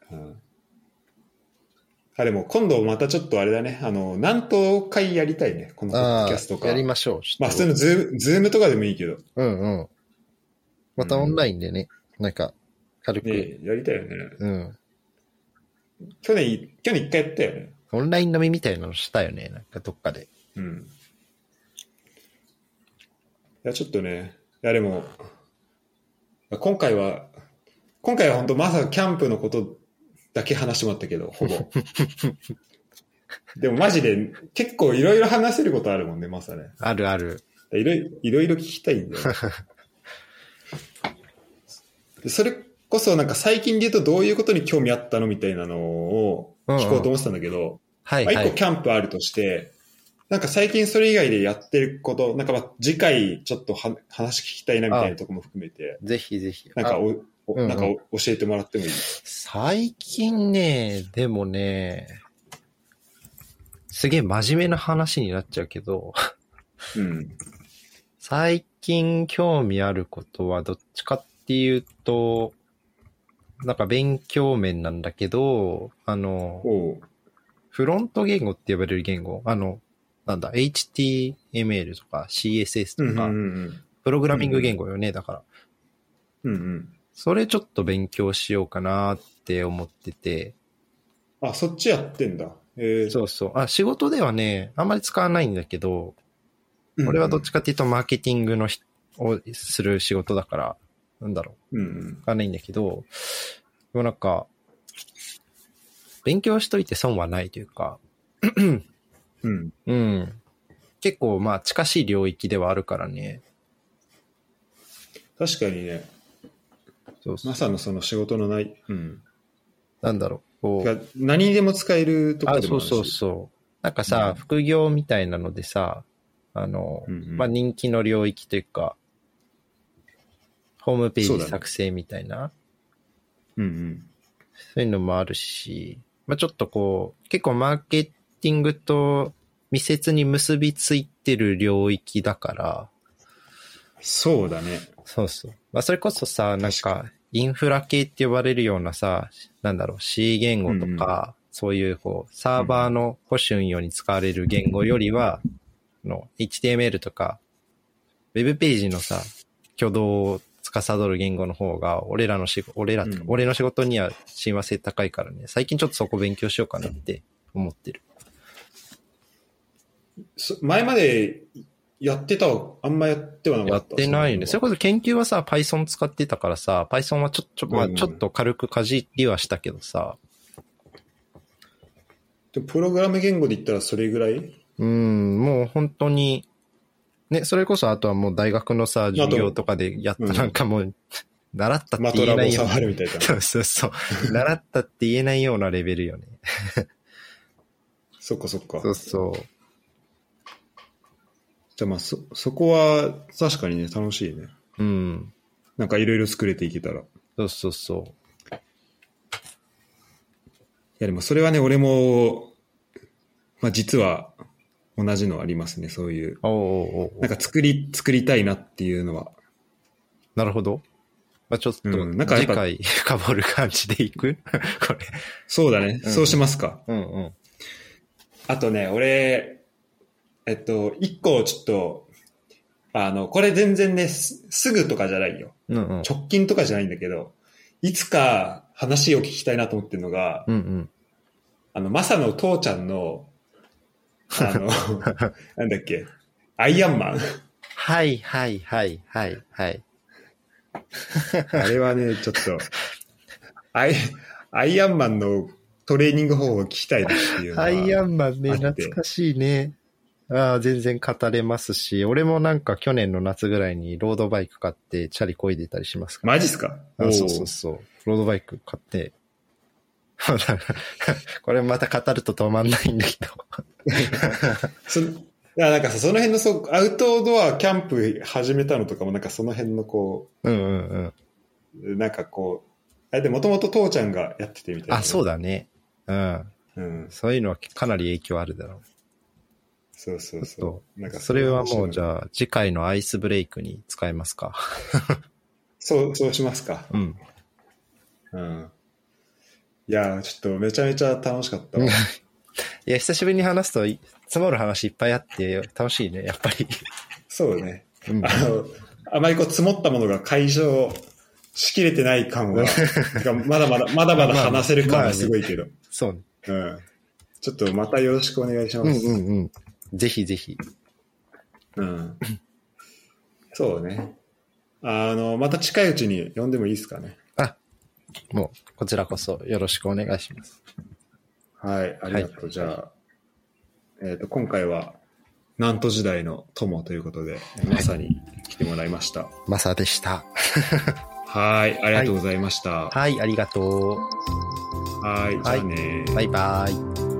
Speaker 1: うんあ、でも今度またちょっとあれだね、あの、何と回やりたいね、このポッド
Speaker 2: あ
Speaker 1: キャストと
Speaker 2: あ、
Speaker 1: か
Speaker 2: や。りましょう。ちょ
Speaker 1: まあ
Speaker 2: っ
Speaker 1: 普通の
Speaker 2: と
Speaker 1: ズーム、ズームとかでもいいけど。
Speaker 2: うんうん。またオンラインでね、なんか、軽く。
Speaker 1: ねやりたいよね。
Speaker 2: うん。
Speaker 1: 去年、去年一回やったよね。
Speaker 2: オンライン飲みみたいなのしたよね。なんかどっかで。
Speaker 1: うん。いや、ちょっとね、いや、でも、今回は、今回は本当まさかキャンプのことだけ話してもらったけど、ほぼ。でもマジで、結構いろいろ話せることあるもんね、まさね。
Speaker 2: あるある。
Speaker 1: いろいろいろいろ聞きたいんだよね。でそれこそなんか最近で言うとどういうことに興味あったのみたいなのを聞こうと思ってたんだけど、
Speaker 2: はい
Speaker 1: まあ
Speaker 2: は
Speaker 1: 一個
Speaker 2: い。
Speaker 1: キャンプあるとして、なんか最近それ以外でやってること、なんかまあ次回ちょっとは話聞きたいなみたいなとこも含めて、
Speaker 2: ぜひぜひ。
Speaker 1: なん
Speaker 2: あ
Speaker 1: かお、お
Speaker 2: うんうん
Speaker 1: なんかお教えてもらってもいい
Speaker 2: 最近ね、でもね、すげえ真面目な話になっちゃうけど、
Speaker 1: うん。
Speaker 2: 最近興味あることはどっちかっていうと、なんか勉強面なんだけど、あの、
Speaker 1: おう
Speaker 2: フロント言語って呼ばれる言語、あの、なんだ、HTML とか CSS とか、
Speaker 1: ん
Speaker 2: プログラミング言語よね、だから。
Speaker 1: うん。うんうん。
Speaker 2: それちょっと勉強しようかなって思ってて、
Speaker 1: あ、そっちやってんだ。えー、
Speaker 2: そうそう。あ、仕事ではね、あんまり使わないんだけど、
Speaker 1: うんうん
Speaker 2: 俺はどっちかっていうとマーケティングのひをする仕事だから、なんだろう、
Speaker 1: うんうん
Speaker 2: 使わないんだけど、でもなんか、勉強しといて損はないというか、
Speaker 1: うん。
Speaker 2: うん。結構まあ近しい領域ではあるからね。
Speaker 1: 確かにね、
Speaker 2: そうそう
Speaker 1: まさのその仕事のない、うん。
Speaker 2: なんだろう、こう。
Speaker 1: が何にでも使えるとこ
Speaker 2: あ、
Speaker 1: ろでも
Speaker 2: そ
Speaker 1: あ
Speaker 2: う
Speaker 1: るし。
Speaker 2: そうそう。なんかさ、
Speaker 1: うん
Speaker 2: 副業みたいなのでさ、あの、
Speaker 1: うんうん
Speaker 2: まあ、人気の領域というか、ホームペ
Speaker 1: そ
Speaker 2: ー
Speaker 1: うだ
Speaker 2: ジ
Speaker 1: ね
Speaker 2: 作成みたいな、
Speaker 1: うんうん。
Speaker 2: そういうのもあるし、まあ、ちょっとこう、結構マーケティングと密接に結びついてる領域だから、
Speaker 1: そうだね。
Speaker 2: そうそう。まあ、それこそさ、なんか、インフラ系って呼ばれるようなさ、なんだろう、C 言語とか、そういうこう、サーバーの保守運用に使われる言語よりは、あの HTML とか、ウェブページのさ、挙動を司る言語の方が、俺らの仕事、俺らってか、
Speaker 1: うん
Speaker 2: 俺の仕事には親和性高いからね、最近ちょっとそこ勉強しようかなって思ってる。
Speaker 1: そ前までやってたわあんまやってはなか
Speaker 2: や
Speaker 1: っ。
Speaker 2: ったてないよね。そ
Speaker 1: そ
Speaker 2: れ
Speaker 1: う
Speaker 2: こそ研究はさ、Python 使ってたからさ、Python はちょ、ちょ、ま
Speaker 1: う
Speaker 2: あ
Speaker 1: んうん
Speaker 2: ちょっと軽くかじりはしたけどさ、
Speaker 1: でもプログラム言語で言ったらそれぐらい
Speaker 2: うん、もう本当に、ね、それこそあとはもう大学のさ、
Speaker 1: と
Speaker 2: 授業とかでやった
Speaker 1: うん
Speaker 2: なんかもう、習ったって
Speaker 1: マ
Speaker 2: 言
Speaker 1: ト
Speaker 2: え
Speaker 1: ラ
Speaker 2: な
Speaker 1: ボ
Speaker 2: いよう
Speaker 1: 触
Speaker 2: な。
Speaker 1: るみたいな。
Speaker 2: そうそうそう。習ったって言えないようなレベルよね。
Speaker 1: そっかそっか。
Speaker 2: そうそう。
Speaker 1: じゃあまあそ、そこは確かにね、楽しいね。
Speaker 2: うん。
Speaker 1: なんかいろいろ作れていけたら。い
Speaker 2: そうそうそ
Speaker 1: やでもそれはね、俺も、まあ実は同じのありますね、そういう。
Speaker 2: う。おうおうおう
Speaker 1: なんか作り、作りたいなっていうのは。
Speaker 2: なるほど。まあ、ちょっと、
Speaker 1: うんなんかやっ
Speaker 2: 次
Speaker 1: ぱ
Speaker 2: 回 深掘る感じでいく これ。
Speaker 1: そうだね、
Speaker 2: うん
Speaker 1: そうしますか。
Speaker 2: うんうん。
Speaker 1: あとね、俺、えっと、一個ちょっと、あの、これ全然ね、すすぐとかじゃないよ。
Speaker 2: うんうん。
Speaker 1: 直近とかじゃないんだけど、いつか話を聞きたいなと思ってるのが、
Speaker 2: うんうん。
Speaker 1: あの、まさの父ちゃんの、あ の、なんだっけ、アイアンマン。
Speaker 2: はいはいはいはいはい。
Speaker 1: あれはね、ちょっと、アイ、アイアンマンのトレーニング方法を聞きたいなっていうのは。
Speaker 2: アイアンマンね、
Speaker 1: あって
Speaker 2: 懐かしいね。ああ、全然語れますし、俺もなんか去年の夏ぐらいにロードバイク買ってチャリ漕いでたりしますから。
Speaker 1: マジっすか
Speaker 2: あそうそうそう。ロードバイク買って。 これまた語ると止まんないんだけど。
Speaker 1: そいやなんかさ、その辺のそう、アウトドアキャンプ始めたのとかも、なんかその辺のこ
Speaker 2: うんうんうん。
Speaker 1: う、なんかこう、あれでもともと父ちゃんがやっててみたいな。
Speaker 2: あ、そう
Speaker 1: だ。
Speaker 2: だね。うん。
Speaker 1: うん。
Speaker 2: そういうのはかなり影響あるだろ。
Speaker 1: そうそうう
Speaker 2: ちょ
Speaker 1: そう。な
Speaker 2: っ
Speaker 1: ん
Speaker 2: と、
Speaker 1: か
Speaker 2: それはもうじ
Speaker 1: あ。
Speaker 2: ゃあ次回のアイスブレイクに使えますか。
Speaker 1: そう、そうしますか。
Speaker 2: うん。
Speaker 1: うん。いやー、ちょっとめちゃめちゃ楽しかった わ。
Speaker 2: いや、久しぶりに話すとい、積もる話いっぱいあって楽しいね、やっぱり。
Speaker 1: そうね。
Speaker 2: うん
Speaker 1: あの、あまりこう積もったものが解消しきれてない感 は、てかまだまだ、まだまだ話せる感はすごいけど。
Speaker 2: そうね。
Speaker 1: うん。ちょっとまたよろしくお願いし
Speaker 2: う
Speaker 1: ま
Speaker 2: ん
Speaker 1: す。
Speaker 2: うんうん。ぜひぜひ。
Speaker 1: うん。そうね。あの、また近いうちに呼んでもいいですかね。
Speaker 2: あ、もう、こちらこそよろしくお願いします。
Speaker 1: はい、ありがとう。じゃあ、えっ、と、今回は、南都時代の友ということで、まさに来てもらいました。
Speaker 2: マサでした。
Speaker 1: はい、ありがとうございました。は
Speaker 2: はい、ありがと
Speaker 1: い、じゃあね
Speaker 2: う。バイバイ。
Speaker 1: バイ